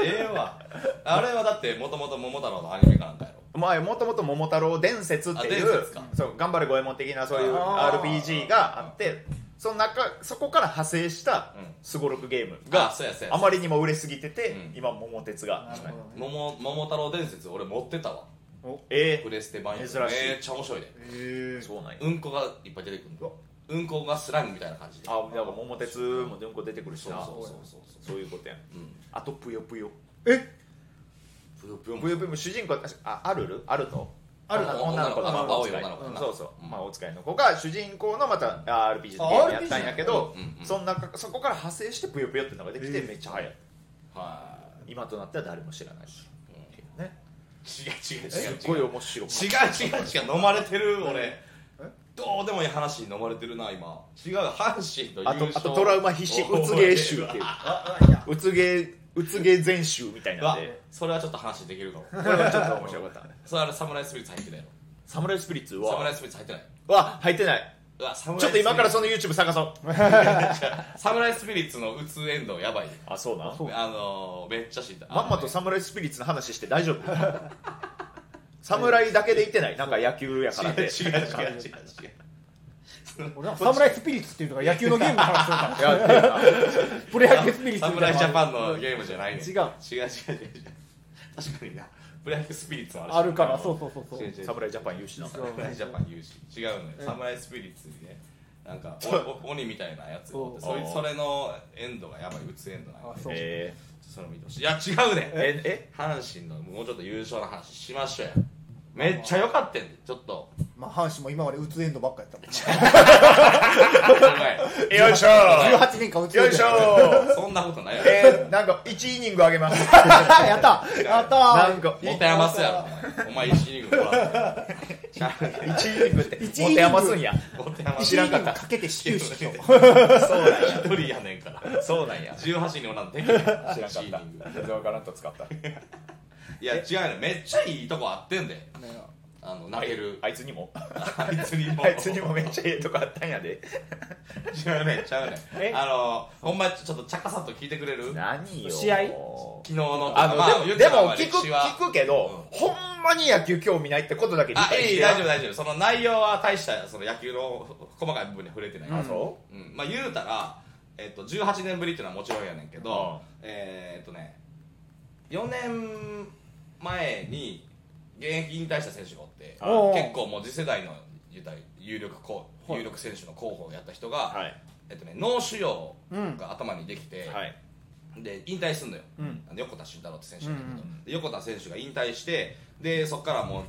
[SPEAKER 2] ええわあれはだってもともと桃太郎のアニメかなんかやろ
[SPEAKER 1] まあもともと「桃太郎伝説」ってい
[SPEAKER 2] あ伝
[SPEAKER 1] う
[SPEAKER 2] 説か
[SPEAKER 1] そう頑張れ五右衛門的なそういう
[SPEAKER 3] あー
[SPEAKER 1] RPG があってその中そこから派生した
[SPEAKER 2] うん
[SPEAKER 1] すごろくゲーム
[SPEAKER 2] あ
[SPEAKER 1] が
[SPEAKER 2] そうやそうや
[SPEAKER 1] あまりにも売れすぎてて
[SPEAKER 2] うん
[SPEAKER 1] 今桃鉄が
[SPEAKER 3] なるほどね
[SPEAKER 2] 桃桃太郎伝説俺持ってたわ
[SPEAKER 3] お
[SPEAKER 1] え
[SPEAKER 2] プレステ版やつ
[SPEAKER 1] 珍しい
[SPEAKER 2] めっちゃ面白いで
[SPEAKER 3] え
[SPEAKER 1] えそうなんや
[SPEAKER 2] うんこがいっぱい出てくる
[SPEAKER 3] うわ
[SPEAKER 2] のうんこがスライムみたいな感じで
[SPEAKER 1] あだから桃鉄も全部出てくるし
[SPEAKER 2] そう
[SPEAKER 1] な
[SPEAKER 2] そうそうそうそ
[SPEAKER 1] そういうことやん
[SPEAKER 2] ううん
[SPEAKER 1] あとぷよぷよ
[SPEAKER 3] え
[SPEAKER 2] ぷよぷよ
[SPEAKER 1] ぷよぷよも主人公あアルルアルト
[SPEAKER 3] ある
[SPEAKER 1] あ
[SPEAKER 3] な
[SPEAKER 1] の女の子の
[SPEAKER 2] あ
[SPEAKER 1] まあ
[SPEAKER 2] の
[SPEAKER 1] お使い
[SPEAKER 2] 青い女の子
[SPEAKER 1] うん
[SPEAKER 2] な
[SPEAKER 1] そうそう、
[SPEAKER 2] うん
[SPEAKER 1] まあお使いの子が主人公のまたあ RPG でゲームやったんやけど
[SPEAKER 2] RPG うんうん
[SPEAKER 1] そんなかそこから派生してぷよぷよってのができて
[SPEAKER 3] うん
[SPEAKER 1] めっちゃ流行る
[SPEAKER 2] は
[SPEAKER 1] 今となっては誰も知らないし、ね、
[SPEAKER 2] い違う違う違う
[SPEAKER 1] すっ
[SPEAKER 2] 違
[SPEAKER 1] ごいう面白い
[SPEAKER 2] 違う違う違う飲まれてる俺
[SPEAKER 3] え
[SPEAKER 2] どうでもいい話に飲まれてるな今違う阪神の
[SPEAKER 1] あ
[SPEAKER 2] 優
[SPEAKER 1] と
[SPEAKER 2] 勝
[SPEAKER 1] あとトラウマ必至うつ芸集 っていう
[SPEAKER 3] ああいや
[SPEAKER 1] うつ芸うつ芸全集みたいなん
[SPEAKER 2] わ
[SPEAKER 1] で
[SPEAKER 2] それはちょっと話できるかも
[SPEAKER 1] これはちょっと面白かった
[SPEAKER 2] それあれサムライスピリッツ入ってないの
[SPEAKER 1] サムライスピリッツ
[SPEAKER 2] サムラ
[SPEAKER 1] は
[SPEAKER 2] イスピリッツ入ってないう
[SPEAKER 1] わ入ってないう
[SPEAKER 2] わサムライ
[SPEAKER 1] ちょっと今から
[SPEAKER 2] ス
[SPEAKER 1] その YouTube 探そう
[SPEAKER 2] サムライスピリッツのうつエンドやばいよ
[SPEAKER 1] あそうなん
[SPEAKER 3] そう
[SPEAKER 2] あのー、めっちゃ知った
[SPEAKER 1] まんまと
[SPEAKER 2] サ
[SPEAKER 1] サムライスピリッツの話して大丈夫 侍だけでいてないなんか野球やか
[SPEAKER 2] ム
[SPEAKER 1] らって
[SPEAKER 2] ライス違う違う違う違う違
[SPEAKER 3] 俺なんかサムライスピリッツっていうのが野球のゲームの話するか
[SPEAKER 1] いやっていうか
[SPEAKER 3] らプロ野球スピリッ
[SPEAKER 2] う
[SPEAKER 3] ツ
[SPEAKER 2] サム
[SPEAKER 3] みた
[SPEAKER 2] ラ
[SPEAKER 3] い
[SPEAKER 2] イ
[SPEAKER 3] な
[SPEAKER 2] ジャパンのゲームじゃないね
[SPEAKER 3] 違う
[SPEAKER 2] 違う違う違う違う確かになブラックスピリッツの
[SPEAKER 3] あるからそうそうそうそう
[SPEAKER 2] 違違
[SPEAKER 1] 侍ジャパン有志なんだ
[SPEAKER 3] そう
[SPEAKER 2] サムライジャパン有志違うのよ
[SPEAKER 3] え
[SPEAKER 2] サムライスピリッツにねなんかおお鬼みたいなやつがおって
[SPEAKER 1] そ
[SPEAKER 2] そういそれのエンドがやばい打つエンドなんや
[SPEAKER 3] あ
[SPEAKER 2] けど
[SPEAKER 3] そう
[SPEAKER 1] え
[SPEAKER 2] それ見てほしいいや違うね
[SPEAKER 1] ー、ええ
[SPEAKER 2] 阪神のもうちょっと優勝の話しましょうやめっちゃ良かったんでちょっと
[SPEAKER 3] まあ阪神も今まで打つエンドばっかやったもんな
[SPEAKER 2] お前
[SPEAKER 1] えよいしょ
[SPEAKER 3] 18年間打つ
[SPEAKER 1] よ
[SPEAKER 3] エン
[SPEAKER 1] いし
[SPEAKER 3] ド
[SPEAKER 1] ょ
[SPEAKER 2] そんなことないや ろ
[SPEAKER 1] えー、なんか1イニングあげます
[SPEAKER 3] やったやった
[SPEAKER 1] なんか
[SPEAKER 2] 持て余すやろお前お前一イニングも らってちゃうねん
[SPEAKER 1] 1イニングって
[SPEAKER 3] 一イニ
[SPEAKER 1] 持
[SPEAKER 3] ング
[SPEAKER 1] て余すんや
[SPEAKER 2] 持て余
[SPEAKER 1] 知
[SPEAKER 2] す
[SPEAKER 1] らんかった
[SPEAKER 3] かけて始球式と
[SPEAKER 1] そうなんや
[SPEAKER 2] 一人やねんから
[SPEAKER 1] そうなんや
[SPEAKER 2] 18人おらんとできへん
[SPEAKER 1] 知らんか
[SPEAKER 2] 一イニン
[SPEAKER 1] っ
[SPEAKER 2] グ
[SPEAKER 1] た全然わからんと使った
[SPEAKER 2] いや違うねんめっちゃいいとこあってんであの投げる
[SPEAKER 1] あいつにも
[SPEAKER 2] あいつに も
[SPEAKER 1] あいつにもめっちゃええとこあったんやで
[SPEAKER 2] ちゃうねんちゃうね
[SPEAKER 3] え
[SPEAKER 2] んあのほんまちょっとちゃかさんと聞いてくれる昨
[SPEAKER 1] 何よ
[SPEAKER 3] 試合
[SPEAKER 2] 日の
[SPEAKER 1] あの、
[SPEAKER 2] ま
[SPEAKER 1] でも
[SPEAKER 2] 言っ
[SPEAKER 1] で
[SPEAKER 2] たら
[SPEAKER 1] も聞く
[SPEAKER 2] 歴史は
[SPEAKER 1] 聞くけど、ほんまに野球興味ないってことだけ理
[SPEAKER 2] あ
[SPEAKER 1] 解して
[SPEAKER 2] いい
[SPEAKER 1] や
[SPEAKER 2] 大丈夫大丈夫その内容は大したその野球の細かい部分に触れてない、
[SPEAKER 1] あそう
[SPEAKER 2] んまあ、言うたら、えっと、18年ぶりっていうのはもちろんやねんけど、えーっとね4年前に現役引退した選手がおって
[SPEAKER 3] おう
[SPEAKER 2] 結構もう次世代の言うたら有力候
[SPEAKER 3] はい
[SPEAKER 2] 有力選手の候補をやった人が、
[SPEAKER 1] はい
[SPEAKER 2] えっとね、脳腫瘍が頭にできて、
[SPEAKER 1] はい
[SPEAKER 2] で引退すんのよ、
[SPEAKER 3] うん
[SPEAKER 2] あの横田慎太郎って選手なんだけど、
[SPEAKER 3] うん
[SPEAKER 2] で横田選手が引退してでそこからもう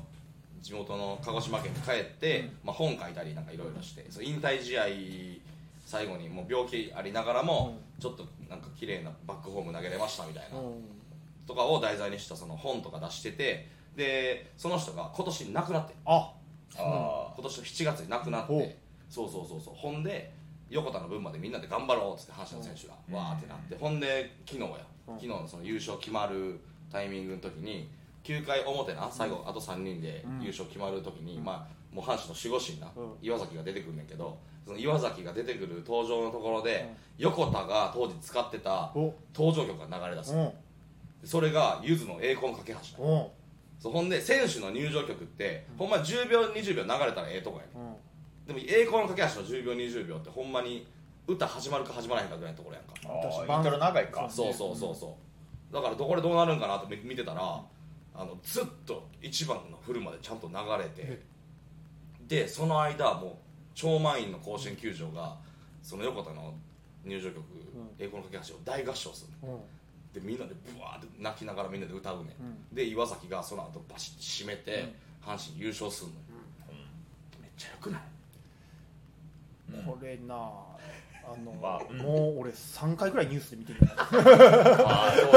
[SPEAKER 2] 地元の鹿児島県に帰って、まあ、本書いたりなんかいろいろしてその引退試合最後にもう病気ありながらも、ちょっとなんか綺麗なバックホーム投げれましたみたいな、とかを題材にしたその本とか出しててでその人が今年亡くなって
[SPEAKER 3] あ
[SPEAKER 2] 今年の7月に亡くなっ
[SPEAKER 3] ほ
[SPEAKER 2] て
[SPEAKER 3] う
[SPEAKER 2] そうそうそうそうほんで横田の分までみんなで頑張ろうっつって阪神の選手が
[SPEAKER 1] うん
[SPEAKER 2] わーってなってほんで昨日や
[SPEAKER 3] うん
[SPEAKER 2] 昨日のその優勝決まるタイミングの時に9回表な最後、あと3人で優勝決まるときに、まあ、もう阪神の守護神な、
[SPEAKER 3] うん
[SPEAKER 2] 岩崎が出てくるんだけどその岩崎が出てくる登場のところで、横田が当時使ってた
[SPEAKER 3] お
[SPEAKER 2] 登場曲が流れ出す、
[SPEAKER 3] うん
[SPEAKER 2] それがゆずの栄光の架け橋だ
[SPEAKER 3] うんうん
[SPEAKER 2] そうほんで選手の入場曲って、ほんま10秒20秒流れたらええとこやねでも栄光の架け橋の10秒20秒ってほんまに歌始まるか始まらへんかぐらいのところやんか
[SPEAKER 3] 私
[SPEAKER 1] あーイントロ長いか
[SPEAKER 2] そうそうそうそうだからどこでどうなるんかなと見見てたらあのずっと1番のフルまでちゃんと流れてでその間もう超満員の甲子園球場がその横田の入場曲「栄光の架け橋」を大合唱するの
[SPEAKER 3] うん
[SPEAKER 2] でみんなでブワーって泣きながらみんなで歌うね、
[SPEAKER 3] うん
[SPEAKER 2] で岩崎がその後バシッと締めて、阪神優勝するのよ、 めっちゃよくない
[SPEAKER 3] これなあの、
[SPEAKER 1] まあうん
[SPEAKER 3] もう俺3回ぐらいニュースで見てみた
[SPEAKER 1] あー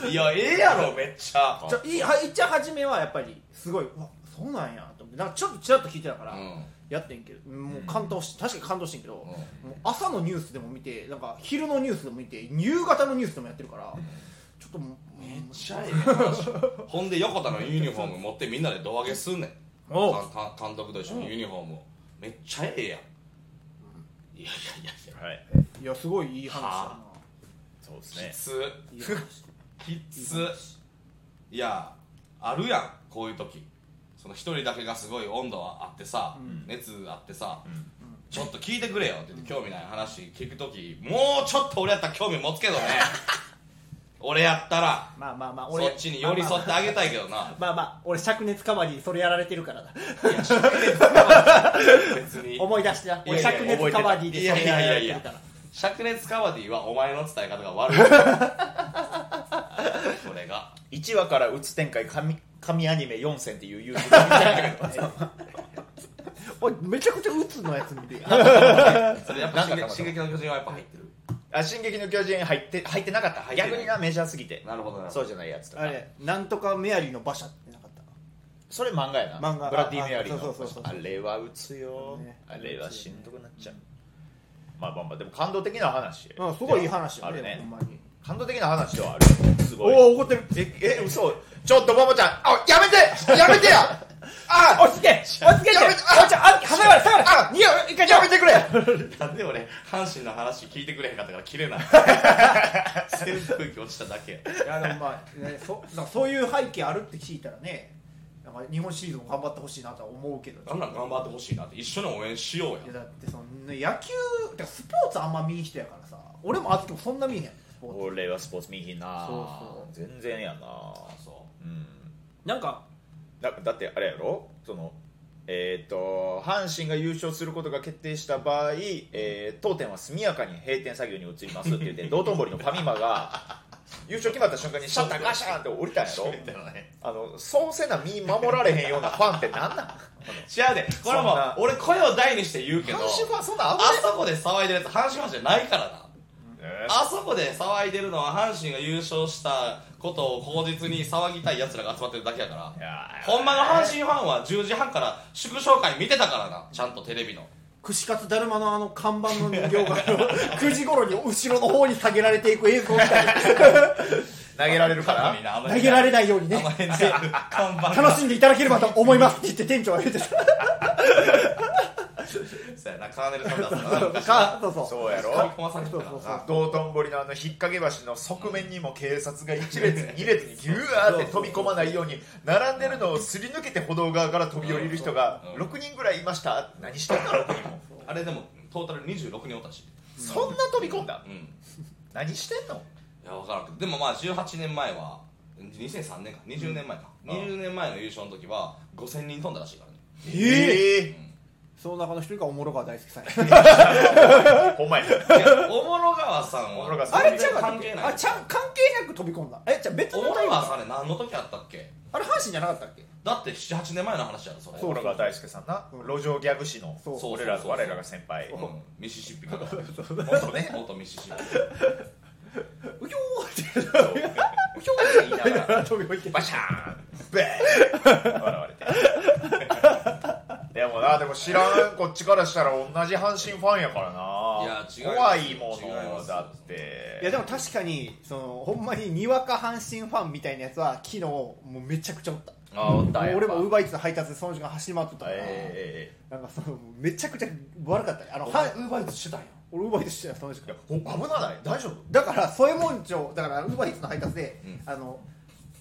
[SPEAKER 1] そうだ
[SPEAKER 2] いやええやろめっちゃ
[SPEAKER 3] じゃいはい一応初めはやっぱりすごいうわそうなんやと思ってなんかちょっとちらっと聞いてたから、
[SPEAKER 2] うん
[SPEAKER 3] やってんけどもう感動し確かに感動してんけど、
[SPEAKER 2] ん
[SPEAKER 3] もう朝のニュースでも見てなんか昼のニュースでも見て夕方のニュースでもやってるからちょっともう
[SPEAKER 2] めっちゃええ話ほんで横田のユニフォーム持ってみんなで胴上げすんねん
[SPEAKER 3] おう
[SPEAKER 2] かんか監督と一緒にユニフォームをめっちゃええやんいやいやいやいや
[SPEAKER 1] はい
[SPEAKER 3] いやすごいいい話だ
[SPEAKER 2] は
[SPEAKER 1] そうです
[SPEAKER 2] き
[SPEAKER 1] ね
[SPEAKER 2] つ
[SPEAKER 3] ないい話
[SPEAKER 2] きついやあるやんこういう時その一人だけがすごい温度あってさ、熱あってさ、ちょっと聞いてくれよって言って興味ない話聞く時もうちょっと俺やったら興味持つ けどね俺やったら
[SPEAKER 3] まあまあまあ
[SPEAKER 2] そっちに寄り添ってあげたいけどな
[SPEAKER 3] まあまあ、まあまあ俺灼熱かまりそれやられてるからだ
[SPEAKER 2] いや知ってるよ別に
[SPEAKER 3] 思い出してな俺
[SPEAKER 2] いやいや
[SPEAKER 3] 灼熱カバディで
[SPEAKER 2] いや
[SPEAKER 3] それ
[SPEAKER 2] い
[SPEAKER 3] やら
[SPEAKER 2] や
[SPEAKER 3] れ
[SPEAKER 2] い
[SPEAKER 3] て
[SPEAKER 2] や
[SPEAKER 3] る
[SPEAKER 2] い
[SPEAKER 3] か
[SPEAKER 2] や
[SPEAKER 3] ら
[SPEAKER 2] 灼熱カバディはお前の伝え方が 悪いこれが
[SPEAKER 1] 1話からうつ展開神神アニメ4選っていう YouTube 見たんだけど
[SPEAKER 3] おいめちゃくちゃ打つのやつ見て
[SPEAKER 2] それやっぱ進
[SPEAKER 1] なん
[SPEAKER 2] 撃
[SPEAKER 1] か
[SPEAKER 2] 進撃の巨人はやっぱ入ってる
[SPEAKER 1] あ進撃の巨人入って入ってなかった
[SPEAKER 2] 入ってない
[SPEAKER 1] 逆になメジャーすぎて
[SPEAKER 2] なるほどなるほど
[SPEAKER 1] そうじゃないやつとか
[SPEAKER 3] あれなんとかメアリーの馬車ってなかった
[SPEAKER 1] それ漫画やな
[SPEAKER 3] 漫画
[SPEAKER 1] ブラッディ・メアリー
[SPEAKER 3] あそうそうそうそ
[SPEAKER 1] の
[SPEAKER 3] う
[SPEAKER 1] あれは打つよ、
[SPEAKER 3] ね
[SPEAKER 1] あれはしんどくなっちゃう、まあまあまあでも感動的な話
[SPEAKER 3] うんすごいいい話
[SPEAKER 1] あ
[SPEAKER 3] よね
[SPEAKER 1] るね
[SPEAKER 3] ほんまに
[SPEAKER 1] 感動的な話ではあるすごい
[SPEAKER 3] おお怒ってる
[SPEAKER 1] ええ嘘ちょっとももちゃんあやめてやめ てやあ
[SPEAKER 3] 落ち着け落ち着けって
[SPEAKER 1] やめてあ
[SPEAKER 3] 落ち着けあ下がれ下がれ
[SPEAKER 1] あ
[SPEAKER 3] いいよ一回
[SPEAKER 1] やめてくれ
[SPEAKER 2] なんで俺阪神の話聞いてくれへんかったから切れ ない扇風機落ちただけや
[SPEAKER 3] いやでもまあ、ね、そなんかそういう背景あるって聞いたらねなんか日本シリーズも頑張ってほしいなとは思うけど
[SPEAKER 2] なんなん頑張ってほしいなって一緒に応援しようや
[SPEAKER 3] いやだってそのね野球てかスポーツあんま見ん人やからさ俺もあってもそんな見えへんスポーツ
[SPEAKER 1] 俺はスポーツ見ひんな
[SPEAKER 3] そう
[SPEAKER 1] 全然やな
[SPEAKER 2] あそ
[SPEAKER 1] うん
[SPEAKER 3] なんか
[SPEAKER 1] だだってあれやろそのえっ、と阪神が優勝することが決定した場合、えー当店は速やかに閉店作業に移りますって言って 道頓堀のファミマが優勝決まった瞬間にシャッターガシャーンって降りた んやろ
[SPEAKER 2] う違
[SPEAKER 1] あのそうせな身守られへんようなファンってなんなん
[SPEAKER 2] うでこれ
[SPEAKER 1] そ
[SPEAKER 2] も
[SPEAKER 1] んな
[SPEAKER 2] 俺声を大にして言うけ
[SPEAKER 1] 阪
[SPEAKER 2] ど
[SPEAKER 1] 神ファンそんな
[SPEAKER 2] あ
[SPEAKER 1] 危ない
[SPEAKER 2] そこで騒いでるやつ阪神ファンじゃないからな
[SPEAKER 1] え
[SPEAKER 2] あそこで騒いでるのは阪神が優勝したことを口実に騒ぎたい奴らが集まってるだけやか
[SPEAKER 1] ーい
[SPEAKER 2] ら
[SPEAKER 1] やー
[SPEAKER 2] ほんまの阪神ファンは10時半から祝勝会見てたからなちゃんとテレビの
[SPEAKER 3] 串カツだるまのあの看板の人 形が9時頃に後ろの方に下げられていく映像みた い
[SPEAKER 1] 投げられるから
[SPEAKER 2] みんなあの
[SPEAKER 3] な
[SPEAKER 2] 辺
[SPEAKER 3] 投げられないようにね
[SPEAKER 2] あの辺で看板が
[SPEAKER 3] 楽しんでいただければと思いますって言って店長が言ってた
[SPEAKER 2] そうやなカーネル・サンダースがな
[SPEAKER 3] かそうそう
[SPEAKER 1] そうやろ
[SPEAKER 2] 飛び込まされてた
[SPEAKER 3] そう
[SPEAKER 2] か
[SPEAKER 3] そうそう
[SPEAKER 2] ら
[SPEAKER 1] 道頓堀のあの引っ掛け橋の側面にも警察が1列2列にギューって飛び込まないように並んでるのをすり抜けて歩道側から飛び降りる人が
[SPEAKER 2] うん
[SPEAKER 1] 6人ぐらいいました何してんだ6人も
[SPEAKER 2] なあれでもトータル26人おったし
[SPEAKER 1] そんな飛び込んだ
[SPEAKER 2] うんい
[SPEAKER 1] 何してんの
[SPEAKER 2] や分からんけどでもまあ18年前は2003年か20年前か、20年前の優勝の時は5000人飛んだらしいからね
[SPEAKER 3] ええ
[SPEAKER 1] え
[SPEAKER 3] その中の一人がおもろが大好きさんや
[SPEAKER 1] ーほんまや
[SPEAKER 2] いやおもろ川さん
[SPEAKER 1] おもろ川
[SPEAKER 2] は
[SPEAKER 1] さん
[SPEAKER 3] あれちゃうかっ
[SPEAKER 2] 関係
[SPEAKER 3] け
[SPEAKER 2] ない
[SPEAKER 3] あちゃん関係なく飛び込んだえじゃあ別
[SPEAKER 2] お
[SPEAKER 3] の
[SPEAKER 2] もろ
[SPEAKER 3] タイプ
[SPEAKER 2] 川
[SPEAKER 3] か
[SPEAKER 2] さんね何の時あったっけ
[SPEAKER 3] あれ阪神じゃなかったっけ
[SPEAKER 2] だって78年前の話やろそれ
[SPEAKER 1] 小野川大輔さんな路上ギャグ師の
[SPEAKER 3] そうそう
[SPEAKER 1] 俺ら
[SPEAKER 2] そうそう
[SPEAKER 1] 我らが先輩
[SPEAKER 2] うんミシシッピから
[SPEAKER 1] 元ね
[SPEAKER 2] 元ミシシッピ
[SPEAKER 3] うひょーって
[SPEAKER 2] ひょーって言いながら
[SPEAKER 3] 飛び降りて
[SPEAKER 1] バシャーンベーン笑われてでもなでも知らんこっちからしたら同じ阪神ファンやからない
[SPEAKER 2] やや違います
[SPEAKER 1] 怖いも
[SPEAKER 2] 違いま
[SPEAKER 1] の
[SPEAKER 2] す
[SPEAKER 1] だって
[SPEAKER 3] いやでも確かにそのほんまににわか阪神ファンみたいなやつは昨日もうめちゃくちゃおった
[SPEAKER 1] あおった
[SPEAKER 3] もう
[SPEAKER 1] やっ
[SPEAKER 3] 俺
[SPEAKER 1] ぱ
[SPEAKER 3] もウーバーイーツの配達でその時間走り回っとったから、
[SPEAKER 1] ええ
[SPEAKER 3] なんかそのめちゃくちゃ悪かったねあの
[SPEAKER 2] お
[SPEAKER 3] は
[SPEAKER 2] 前
[SPEAKER 3] い
[SPEAKER 2] ウーバーイーツしてたんや
[SPEAKER 3] 俺ウーバーイーツしてたよその時
[SPEAKER 1] ええ
[SPEAKER 3] 間
[SPEAKER 1] えいやほ危ない大丈夫
[SPEAKER 3] だから添右衛門町だからウーバーイーツの配達で、
[SPEAKER 2] うん
[SPEAKER 3] あの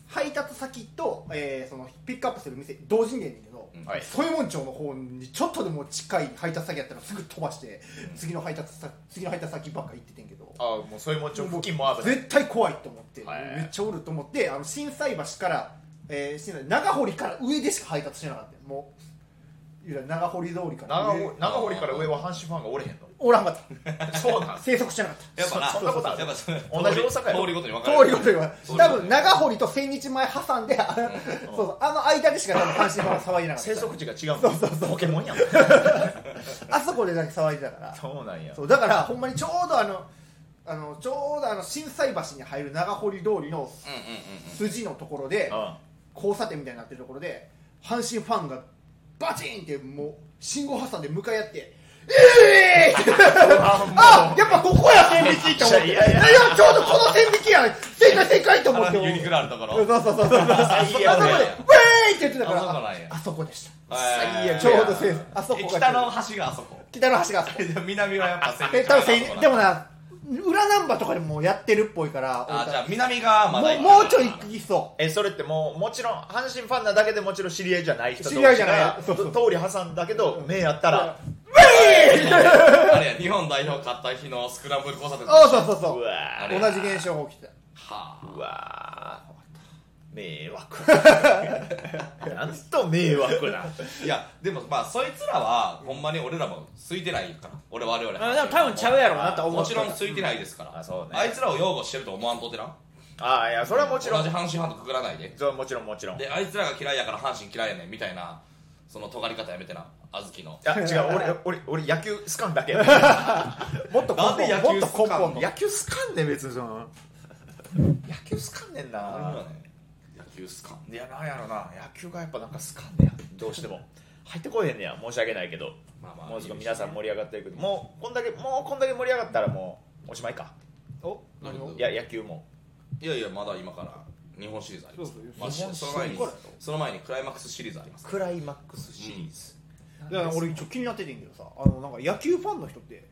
[SPEAKER 3] 配達先と、えーそのピックアップする店同時にやねんけど、
[SPEAKER 2] うん
[SPEAKER 1] はい
[SPEAKER 3] 添右衛門町の方にちょっとでも近い配達先やったらすぐ飛ばして、次の配達先次の配達先ばっか行っててんけど
[SPEAKER 1] あもうそういうもんちょ付近も危ない
[SPEAKER 3] 絶対怖いと思って、
[SPEAKER 1] はい
[SPEAKER 3] めっちゃおると思ってあの心斎橋から、えー心斎長堀から上でしか配達しなかったよもう言うたら長堀通りから
[SPEAKER 1] 長
[SPEAKER 3] 上
[SPEAKER 1] 堀長堀から上は阪神ファンがおれへんの
[SPEAKER 3] おらんかっ
[SPEAKER 1] そうな
[SPEAKER 3] た
[SPEAKER 1] ん
[SPEAKER 3] 生息してなかった
[SPEAKER 2] やっぱな
[SPEAKER 1] そそんなことある
[SPEAKER 2] やっぱその通
[SPEAKER 1] 同じ大阪やろ
[SPEAKER 2] り通りごとに分かれ
[SPEAKER 3] 通
[SPEAKER 2] る
[SPEAKER 3] りごとには
[SPEAKER 2] そう
[SPEAKER 3] 多分長堀と千日前挟んであのそうそうあの間でしか多分阪神ファンは騒いでなか
[SPEAKER 1] 生
[SPEAKER 3] っ
[SPEAKER 1] 息地が違うんだ
[SPEAKER 3] そうそうそう
[SPEAKER 1] ポケモンやん
[SPEAKER 3] たあそこでだけ騒いでたから
[SPEAKER 1] そうなんや
[SPEAKER 3] そうだからほんまにちょうどあのあのちょうどあの心斎橋に入る長堀通りの
[SPEAKER 2] うんうんうん
[SPEAKER 3] 筋のところで、
[SPEAKER 1] うん
[SPEAKER 3] 交差点みたいになってるところで阪神ファンがバチンってもう信号挟んで向かい合って「ええー!」あやっぱここや線引きと思ってい
[SPEAKER 1] い
[SPEAKER 3] や
[SPEAKER 1] やいや
[SPEAKER 3] ちょうどこの線引きや正解正解と思
[SPEAKER 2] あ
[SPEAKER 3] って
[SPEAKER 2] のユニクロあるとこ
[SPEAKER 3] そう
[SPEAKER 2] ろ
[SPEAKER 3] そうそうそうそうあそこで
[SPEAKER 1] 最
[SPEAKER 3] 「ウ
[SPEAKER 1] 悪
[SPEAKER 2] や
[SPEAKER 3] ェーイ!」って言ってたから
[SPEAKER 2] あそこなんや
[SPEAKER 3] あそこでし
[SPEAKER 1] 最
[SPEAKER 3] た
[SPEAKER 1] 悪
[SPEAKER 3] ちょうど
[SPEAKER 1] せ
[SPEAKER 3] セーフあそこ
[SPEAKER 2] え
[SPEAKER 3] が
[SPEAKER 2] 北の端があそこ
[SPEAKER 3] 北の橋があそこ
[SPEAKER 2] 南はやっぱ線
[SPEAKER 3] え
[SPEAKER 2] 引き
[SPEAKER 3] 多分
[SPEAKER 2] あそこなん
[SPEAKER 3] せ
[SPEAKER 2] だ
[SPEAKER 3] んでもな裏ナンバーとかでもやってるっぽいから
[SPEAKER 2] あじゃあ南がまだ
[SPEAKER 3] もうもうちょい行きそう
[SPEAKER 1] えそれってもうもちろん阪神ファンなだけでもちろん知り合いじゃない人同士
[SPEAKER 3] 知り合いじゃない
[SPEAKER 1] が
[SPEAKER 3] そうそう
[SPEAKER 1] 通り挟んだけど目やったら
[SPEAKER 2] あれや日本代表勝った日のスクランブル交差点
[SPEAKER 3] あそうそうそうう
[SPEAKER 1] わ
[SPEAKER 2] れ
[SPEAKER 3] 同じ現象が起きてた
[SPEAKER 2] は
[SPEAKER 1] ーうわー迷 惑なんと迷惑ない
[SPEAKER 2] やでもまあそいつらはほんまに俺らも空いてないから俺我々
[SPEAKER 3] あでも多分ちゃうやろうなとは思
[SPEAKER 2] も
[SPEAKER 3] う
[SPEAKER 2] ちろん空いてないですから、
[SPEAKER 1] うんあそうね
[SPEAKER 2] いつらを擁護してると思わんとってな
[SPEAKER 1] ああいやそれはもちろ
[SPEAKER 2] 同じ
[SPEAKER 1] ん
[SPEAKER 2] 阪神ファンとくくらないで
[SPEAKER 1] そうもちろんもちろん
[SPEAKER 2] であいつらが嫌いやから阪神嫌いやねんみたいなその尖り方やめてなあずきの
[SPEAKER 1] あ違う 俺俺俺野球好かんだけ
[SPEAKER 3] もっと根
[SPEAKER 2] なんで野
[SPEAKER 3] 本
[SPEAKER 2] 球
[SPEAKER 3] もっと根本の
[SPEAKER 1] 野球好かんねん別にその野球好かんねんな
[SPEAKER 2] 野球っすか
[SPEAKER 1] いやなんやろな野球がやっぱなんか好かんねやどうしても入ってこえへんねや申し訳ないけど
[SPEAKER 2] まあまあ
[SPEAKER 1] もうちょっと皆さん盛り上がってるけどもうこんだけもうこんだけ盛り上がったらもうおしまいか
[SPEAKER 3] お
[SPEAKER 2] 何を
[SPEAKER 1] いや野球も
[SPEAKER 2] いやいやまだ今から日本シリーズあります
[SPEAKER 3] そうそう
[SPEAKER 2] まあ
[SPEAKER 1] 日本シ
[SPEAKER 2] そ
[SPEAKER 1] リーズ
[SPEAKER 2] の前に
[SPEAKER 1] これ
[SPEAKER 2] その前にクライマックスシリーズあります
[SPEAKER 1] クライマックスシリーズ、
[SPEAKER 3] だから俺ちょっと気になっててんけどさあのなんか野球ファンの人って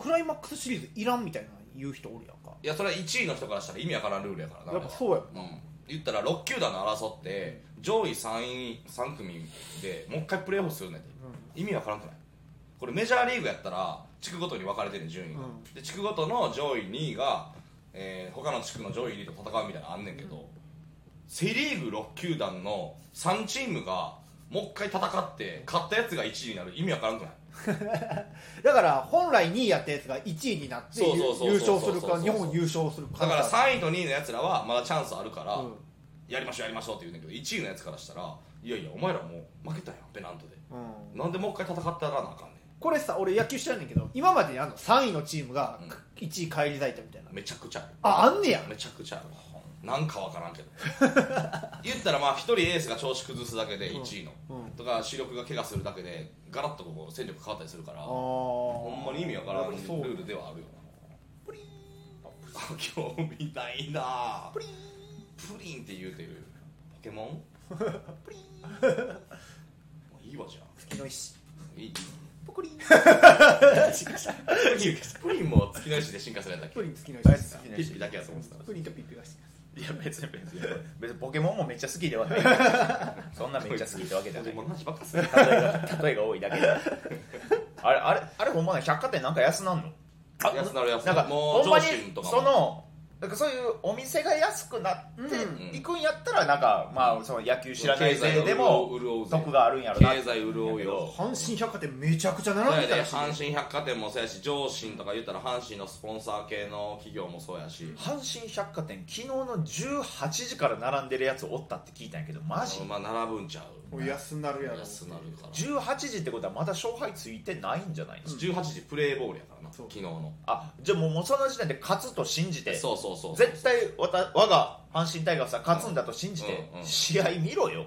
[SPEAKER 3] クライマックスシリーズいらんみたいな言う人おるやんか
[SPEAKER 2] いやそれは1位の人からしたら意味わからんルールやから
[SPEAKER 3] や
[SPEAKER 2] な
[SPEAKER 3] っぱそうやろ
[SPEAKER 2] うん、言ったら6球団の争って上位3位3組でもう一回プレーオフするねんて、意味わからんくないこれメジャーリーグやったら地区ごとに分かれてる順位が、
[SPEAKER 3] うん
[SPEAKER 2] で地区ごとの上位2位が、えー他の地区の上位2位と戦うみたいなのあんねんけど、セ・リーグ6球団の3チームがもう一回戦って勝ったやつが1位になる意味わからんくない
[SPEAKER 3] だから本来2位やったやつが1位になって
[SPEAKER 2] そうそうそうそう
[SPEAKER 3] 優勝する
[SPEAKER 2] そうそう
[SPEAKER 3] か
[SPEAKER 2] そう
[SPEAKER 3] 日本優勝する
[SPEAKER 2] だ
[SPEAKER 3] か
[SPEAKER 2] から3位と2位のやつらはまだチャンスあるから、
[SPEAKER 3] うん
[SPEAKER 2] やりましょうやりましょうって言うねんだけど1位のやつからしたらいやいやお前らもう負けたやんペナントで
[SPEAKER 3] うん
[SPEAKER 2] なんでもう一回戦ったらなあかんね
[SPEAKER 3] これさ俺野球知らんねんけど今までにあんの3位のチームが
[SPEAKER 2] うん
[SPEAKER 3] 1位返り咲いたみたいなん
[SPEAKER 2] めちゃくちゃある
[SPEAKER 3] ああんねや
[SPEAKER 2] めちゃくちゃあるなんかわからんけど言ったらまあ一人エースが調子崩すだけで1位の、
[SPEAKER 3] うんうん
[SPEAKER 2] とか主力が怪我するだけでガラッとこう戦力変わったりするから
[SPEAKER 3] あ
[SPEAKER 2] ほ
[SPEAKER 3] ほ
[SPEAKER 2] んまに意味わからんル
[SPEAKER 3] そう
[SPEAKER 2] ールではあるよなプリン興味ないなあプリンプリンって言うてるポケモ ンプリンもういいわじゃあ
[SPEAKER 3] 月の石
[SPEAKER 2] いい
[SPEAKER 3] ポクリン
[SPEAKER 2] プリンも月の石で進化するんだっけ
[SPEAKER 3] プリン月の石です
[SPEAKER 1] 好きな
[SPEAKER 2] ピッピだけやと思ってた
[SPEAKER 3] プリンとピッピが好きです
[SPEAKER 1] いや別に別に別にポケモンもめっちゃ好きではない そんなめっちゃ好きってわけじゃない
[SPEAKER 2] も話ばっかする
[SPEAKER 1] 例えが例えが多いだけであれあれあれほんまね百貨店なんか安なんのあ
[SPEAKER 2] 安なる安な
[SPEAKER 1] なん
[SPEAKER 2] る
[SPEAKER 1] か
[SPEAKER 2] もう
[SPEAKER 1] ほんまに
[SPEAKER 2] 上旬とかも
[SPEAKER 1] そのなんかそういうお店が安くなっていくんやったらなんかまあその野球知らない勢でも
[SPEAKER 2] 潤うぜ
[SPEAKER 1] 得があるんやろな
[SPEAKER 2] 経済潤うよ
[SPEAKER 3] 阪神百貨店めちゃくちゃ
[SPEAKER 2] そう
[SPEAKER 3] 並ん
[SPEAKER 2] や
[SPEAKER 3] でた
[SPEAKER 2] で
[SPEAKER 3] らしいね
[SPEAKER 2] 阪神百貨店もそうやし上信とか言ったら阪神のスポンサー系の企業もそうやし
[SPEAKER 1] 阪神百貨店昨日の18時から並んでるやつおったって聞いたんやけどマジ
[SPEAKER 2] まあ並ぶんちゃう
[SPEAKER 3] もう安なるやろ
[SPEAKER 2] 安なるから
[SPEAKER 1] 18時ってことはまだ勝敗ついてないんじゃないの、
[SPEAKER 2] 18時プレーボールやからな
[SPEAKER 3] そう
[SPEAKER 2] 昨日の
[SPEAKER 1] あじゃあもうもうその時点で勝つと信じて
[SPEAKER 2] そうそうそう
[SPEAKER 1] 絶対わた我が阪神タイガースは勝つんだと信じて、
[SPEAKER 2] うんうん
[SPEAKER 1] 試合見ろよ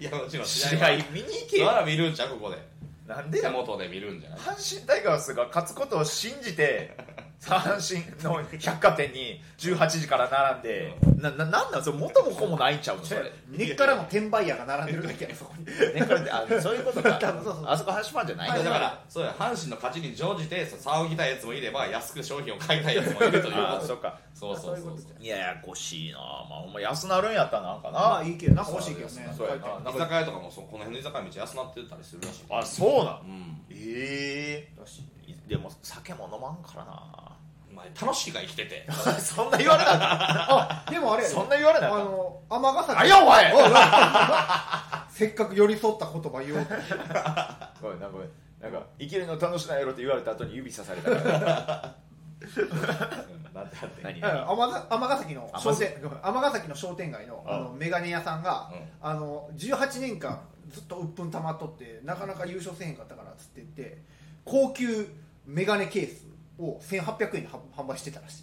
[SPEAKER 2] いやもちろん
[SPEAKER 1] 試合見に行け
[SPEAKER 2] ま
[SPEAKER 1] よ
[SPEAKER 2] だ見るんちゃうここで
[SPEAKER 1] なんで
[SPEAKER 2] 手
[SPEAKER 1] や
[SPEAKER 2] 元で見るんじゃない
[SPEAKER 1] 阪神タイガースが勝つことを信じ て阪神の百貨店に18時から並んでなななんなんそれ元も子もないんちゃうのそれ
[SPEAKER 3] 根っからの転売屋が並んでるだけやそこに
[SPEAKER 1] ねこれ であそういうことか
[SPEAKER 3] 多分そうそう
[SPEAKER 1] あそこ阪神ファンじゃないん
[SPEAKER 2] だ
[SPEAKER 1] だ
[SPEAKER 2] からそうや阪神の勝ちに乗じてそう騒ぎたいやつもいれば安く商品を買いたいやつもいるという
[SPEAKER 1] あ
[SPEAKER 2] こ
[SPEAKER 1] そ
[SPEAKER 2] と
[SPEAKER 1] っか
[SPEAKER 2] そうそ
[SPEAKER 3] そ
[SPEAKER 2] うそう
[SPEAKER 3] ういうこ
[SPEAKER 2] そ
[SPEAKER 3] と
[SPEAKER 2] う
[SPEAKER 3] じ
[SPEAKER 1] いややこしいなまあほんま安なるんやったらなんかな、
[SPEAKER 3] まあいいけどなんか欲しいけどね
[SPEAKER 1] そうやな
[SPEAKER 3] 書いてあ
[SPEAKER 1] なん
[SPEAKER 2] 居
[SPEAKER 1] か
[SPEAKER 2] 酒屋とかもそうこの辺の居酒屋めっちゃ安なってたりするらしい
[SPEAKER 1] あそうな
[SPEAKER 2] うんん
[SPEAKER 1] え
[SPEAKER 3] るらしい
[SPEAKER 1] えでも酒も飲まんからな
[SPEAKER 2] お前楽しいか生きてて
[SPEAKER 1] そんな言われなか っ
[SPEAKER 3] あでもあれ
[SPEAKER 1] た
[SPEAKER 3] やで
[SPEAKER 1] そんな言われ
[SPEAKER 3] あ
[SPEAKER 1] なかっ
[SPEAKER 3] の尼
[SPEAKER 1] た
[SPEAKER 3] 崎
[SPEAKER 1] あやお前
[SPEAKER 3] おいおいせっかく寄り添った言葉言おうと
[SPEAKER 1] ごめんなごめんなんか生きるの楽しないやろって言われた後に指さされた から
[SPEAKER 2] なんてなんて
[SPEAKER 1] 何
[SPEAKER 3] うん尼崎尼崎の商
[SPEAKER 1] 尼
[SPEAKER 3] 店ごめん尼崎の商店街の
[SPEAKER 1] あ
[SPEAKER 3] あのメガネ屋さんが、
[SPEAKER 2] うん
[SPEAKER 3] あの18年間ずっと鬱憤溜まっとってなかなか優勝せへんかったからっつって言って高級メガネケースを1800円で販販売してたらしい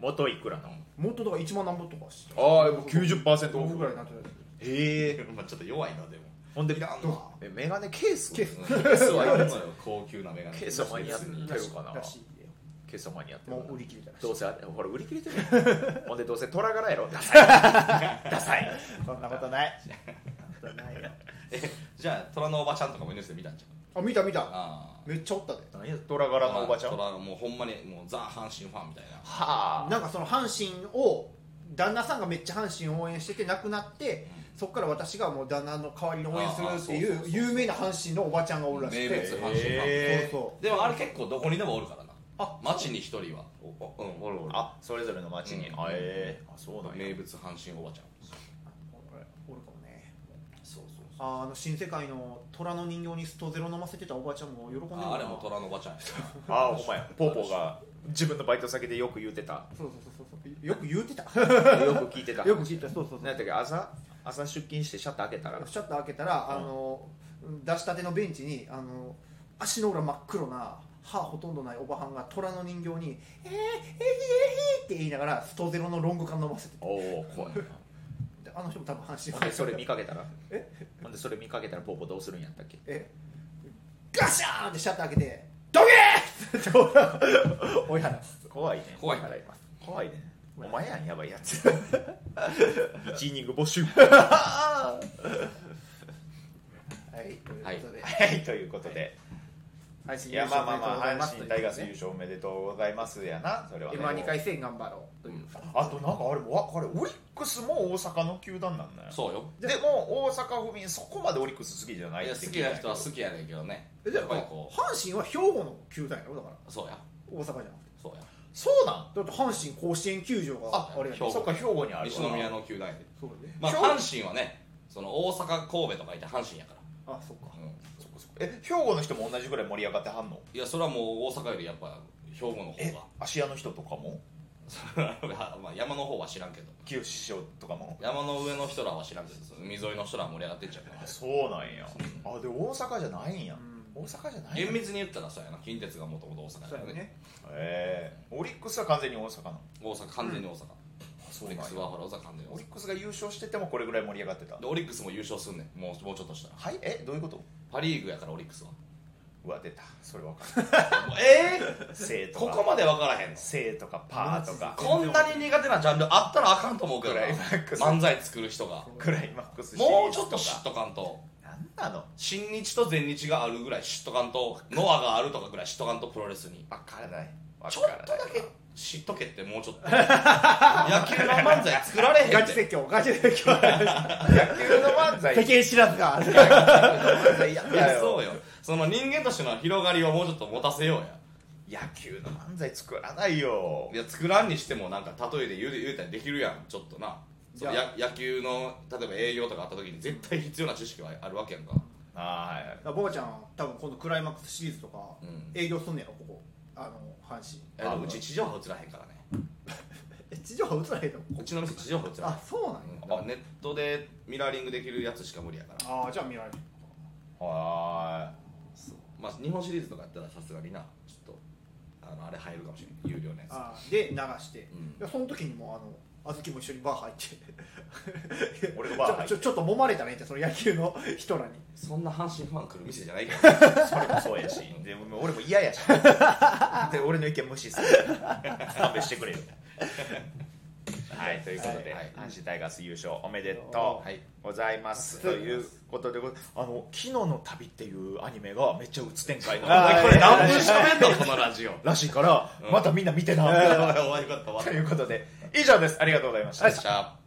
[SPEAKER 1] 元いくらなの
[SPEAKER 3] 元とか1万何本とかして
[SPEAKER 1] ああやっぱ90%
[SPEAKER 3] オ
[SPEAKER 1] オ
[SPEAKER 3] フ
[SPEAKER 1] フ
[SPEAKER 3] ぐ
[SPEAKER 1] ぐ
[SPEAKER 3] ら
[SPEAKER 1] らい
[SPEAKER 3] いになってる
[SPEAKER 1] へえ
[SPEAKER 2] まあちょっと弱いなでも
[SPEAKER 1] ほんで
[SPEAKER 2] いらん
[SPEAKER 3] どう
[SPEAKER 2] な
[SPEAKER 3] ぞ
[SPEAKER 1] えメガネケース
[SPEAKER 3] ケース
[SPEAKER 2] うんケース はいるのよ高級なメガネ
[SPEAKER 1] ケースはマニアックに
[SPEAKER 3] らし
[SPEAKER 1] 出
[SPEAKER 3] い
[SPEAKER 1] るかな
[SPEAKER 3] らしいで
[SPEAKER 1] ケースは間に合ってる
[SPEAKER 3] もう売り切れたらしい
[SPEAKER 1] どうせあれほら売り切れてるや んほんでどうせ虎柄やろダサ いダサい
[SPEAKER 3] そんなことない そんなことないよ
[SPEAKER 2] え じゃあ虎のおばちゃんとかも NS で見たんじゃ
[SPEAKER 3] あ
[SPEAKER 2] ん
[SPEAKER 3] 見た見た
[SPEAKER 2] あ
[SPEAKER 3] めっちゃおったで
[SPEAKER 1] 何や虎柄のおばちゃんは
[SPEAKER 2] 虎もうほんまにもうザ阪神ファンみたいな
[SPEAKER 1] あ
[SPEAKER 3] なんかその阪神を旦那さんがめっちゃ阪神を応援してて亡くなってそこから私がもう旦那の代わりに応援するってい
[SPEAKER 2] あー
[SPEAKER 3] う
[SPEAKER 2] そうそうそう
[SPEAKER 3] 有名な阪神のおばちゃんがおるらし
[SPEAKER 2] 名
[SPEAKER 3] く
[SPEAKER 2] 物
[SPEAKER 3] て
[SPEAKER 2] 阪神ファン、
[SPEAKER 1] へー
[SPEAKER 3] そうそ
[SPEAKER 2] でもあれ結構どこにでもおるからな
[SPEAKER 3] あ
[SPEAKER 2] 町に一人はおおうんおるおる
[SPEAKER 1] あそれぞれの町に、
[SPEAKER 2] うん
[SPEAKER 1] あええあそうなんや
[SPEAKER 2] 名物阪神おばちゃん
[SPEAKER 3] うおるかもね
[SPEAKER 2] そうそうそう
[SPEAKER 3] あーあの新世界の虎の人形にストゼロ飲ませてたおばちゃんも喜んでる
[SPEAKER 2] ああれも虎のおばちゃんや
[SPEAKER 1] あほんまやポーポーが自分のバイト先 でよく言うてた
[SPEAKER 3] そうそうそうそうよく言う てた
[SPEAKER 1] よく聞いてた
[SPEAKER 3] よく聞いたそうそう
[SPEAKER 1] 何
[SPEAKER 3] そ
[SPEAKER 1] や
[SPEAKER 3] う
[SPEAKER 1] ったっけ朝朝出勤してシャッター開けたら
[SPEAKER 3] シャッター開けたら、あの出したてのベンチにあの足の裏真っ黒な歯ほとんどないおばはんが虎の人形に「えー、えひえひ」って言いながらストゼロのロング缶飲ませて
[SPEAKER 1] おお怖いな
[SPEAKER 3] であの人も多分阪
[SPEAKER 1] ほん
[SPEAKER 3] 神
[SPEAKER 1] でそれ見かけたら
[SPEAKER 3] え
[SPEAKER 1] ほんでそれ見かけたらポーポーどうするんやったっけ
[SPEAKER 3] えガシャーンってシャッター開けて「どけー!」って追い払う
[SPEAKER 1] 怖いね
[SPEAKER 2] 怖い
[SPEAKER 1] 払います怖いねお前やんやばいや つ一イニング募 集
[SPEAKER 3] はいということで、
[SPEAKER 1] はいということで、
[SPEAKER 3] 阪
[SPEAKER 1] い、
[SPEAKER 3] 神優
[SPEAKER 1] やまあ
[SPEAKER 3] 勝お
[SPEAKER 1] ま
[SPEAKER 3] め
[SPEAKER 1] あまあ
[SPEAKER 3] でとうございま
[SPEAKER 1] 阪
[SPEAKER 3] す
[SPEAKER 1] 神タイガース優勝おめでとうございますやなそれはね
[SPEAKER 3] M−2 回戦頑張ろうという
[SPEAKER 1] あとなんかあれわこれオリックスも大阪の球団なんだよ
[SPEAKER 2] そうよ
[SPEAKER 1] でも大阪府民そこまでオリックス好きじゃない
[SPEAKER 2] いや
[SPEAKER 1] っ
[SPEAKER 2] 好
[SPEAKER 1] て
[SPEAKER 2] きな人は好きやねんけどね
[SPEAKER 3] えで
[SPEAKER 2] やっ
[SPEAKER 3] も
[SPEAKER 2] ぱり
[SPEAKER 3] 阪
[SPEAKER 2] こ
[SPEAKER 3] 神は兵庫の球団やろだから
[SPEAKER 2] うそうや
[SPEAKER 3] 大阪じゃなくて
[SPEAKER 2] そうや
[SPEAKER 1] そうなん
[SPEAKER 3] だって阪神甲子園球場が
[SPEAKER 1] あ
[SPEAKER 3] あれや
[SPEAKER 2] 兵庫
[SPEAKER 1] そっか兵庫にあるわ
[SPEAKER 2] 西宮の球団やで
[SPEAKER 3] そうだね
[SPEAKER 2] まあ
[SPEAKER 1] 兵庫
[SPEAKER 2] 阪神はねその大阪神戸とかいて阪神やから
[SPEAKER 3] あそっか
[SPEAKER 2] うん
[SPEAKER 1] そっかそっかえ兵庫の人も同じぐらい盛り上がってはんの
[SPEAKER 2] いやそれはもう大阪よりやっぱ兵庫の
[SPEAKER 1] え
[SPEAKER 2] 方
[SPEAKER 1] 芦屋の人とかも
[SPEAKER 2] が まあ山の方は知らんけど
[SPEAKER 1] 清志師匠とかも
[SPEAKER 2] 山の上の人らは知らんけどその海沿いの人らは盛り上がってんちゃうかな
[SPEAKER 1] あそうなんやあで大阪じゃないんや
[SPEAKER 3] うん
[SPEAKER 1] 大阪じゃないん
[SPEAKER 2] 厳
[SPEAKER 1] や
[SPEAKER 2] 密に言ったらそうやな近鉄がもともと大阪や
[SPEAKER 3] そ
[SPEAKER 2] か
[SPEAKER 3] う
[SPEAKER 2] ら
[SPEAKER 3] や
[SPEAKER 2] ね
[SPEAKER 3] ね
[SPEAKER 1] ええオリックスは完全に大阪なの
[SPEAKER 2] 大阪完全に大阪、
[SPEAKER 1] そ
[SPEAKER 2] オリックスはほら大阪完全に
[SPEAKER 1] オ
[SPEAKER 2] 大
[SPEAKER 1] リックスが優勝しててもこれぐらい盛り上がってた
[SPEAKER 2] 阪でオリックスも優勝すんねんもうもうちょっとしたら
[SPEAKER 1] はいえどういうこと
[SPEAKER 2] パ・リーグやからオリックスは
[SPEAKER 1] うわ出たそれ分 かる
[SPEAKER 2] もうええ
[SPEAKER 1] 生と
[SPEAKER 2] こ
[SPEAKER 1] か
[SPEAKER 2] こまで分からへんの
[SPEAKER 1] 生とかパーとか
[SPEAKER 2] こんなに苦手なジャンルあったらあかんと思うけどな
[SPEAKER 1] クライマックス
[SPEAKER 2] 漫才作る人が
[SPEAKER 1] クライマックスシリ
[SPEAKER 2] も
[SPEAKER 1] ー
[SPEAKER 2] う
[SPEAKER 1] ズ
[SPEAKER 2] ちょっと
[SPEAKER 1] か
[SPEAKER 2] 知っとかんと
[SPEAKER 1] なんなの
[SPEAKER 2] 新日と全日があるぐらい知っとかんとノアがあるとかぐらい知っとかんとプロレスに
[SPEAKER 1] 分からない
[SPEAKER 2] ち
[SPEAKER 1] 分
[SPEAKER 2] ょ
[SPEAKER 1] か
[SPEAKER 2] っ
[SPEAKER 1] らない
[SPEAKER 2] とだけ知っとけってもうちょっと 野球の漫才作られへんって
[SPEAKER 3] ガチ説教ガチ説教
[SPEAKER 1] 野球の漫才
[SPEAKER 3] 世間知らずが
[SPEAKER 1] やっ
[SPEAKER 2] いやそうよその人間としての広がりをもうちょっと持たせようや
[SPEAKER 1] 野球の漫才作らないよ
[SPEAKER 2] いや作らんにしてもなんか例えで言う言うたりできるやんちょっとな
[SPEAKER 3] じゃあ
[SPEAKER 2] そうや野球の例えば営業とかあった時に絶対必要な知識はあるわけやんか
[SPEAKER 1] あーはい
[SPEAKER 3] ボーちゃん多分今度クライマックスシリーズとか
[SPEAKER 2] うん
[SPEAKER 3] 営業すんねやろここあの阪神
[SPEAKER 2] えでもうち地上波映らへんからね
[SPEAKER 3] え地上波映らへんの
[SPEAKER 2] うちの店地上波映らへん
[SPEAKER 3] あそうなんや
[SPEAKER 2] うんだからネットでミラーリングできるやつしか無理やから
[SPEAKER 3] ああじゃあ見られる
[SPEAKER 1] は
[SPEAKER 2] まあ日本シリーズとかやったらさすがになちょっとあのあれ入るかもしれない有料のやつ
[SPEAKER 3] あーで流して
[SPEAKER 2] うん
[SPEAKER 3] でその時にもうあのあずきも一緒にバー入って
[SPEAKER 1] 俺がバー入って
[SPEAKER 3] ちょちょちょっと揉まれたねってその野球の人らに
[SPEAKER 2] そそんな阪神ファン来る店じゃないから
[SPEAKER 1] それもそうやしでも俺も嫌やし で俺の意見無視する勘弁して くれよはいということで、
[SPEAKER 2] はい
[SPEAKER 1] 阪神タイガース優勝おめでと
[SPEAKER 2] はいう
[SPEAKER 1] ございます、ということでごあの「昨日の旅」っていうアニメがめっちゃ鬱展開の
[SPEAKER 3] あー
[SPEAKER 1] これ何分
[SPEAKER 2] 分
[SPEAKER 1] しゃべんの
[SPEAKER 2] このラジ オ
[SPEAKER 1] らしいから、またみんな見てな、
[SPEAKER 2] 終わり終わり終わり
[SPEAKER 1] ということで以上ですありがとうございました
[SPEAKER 2] よっしゃ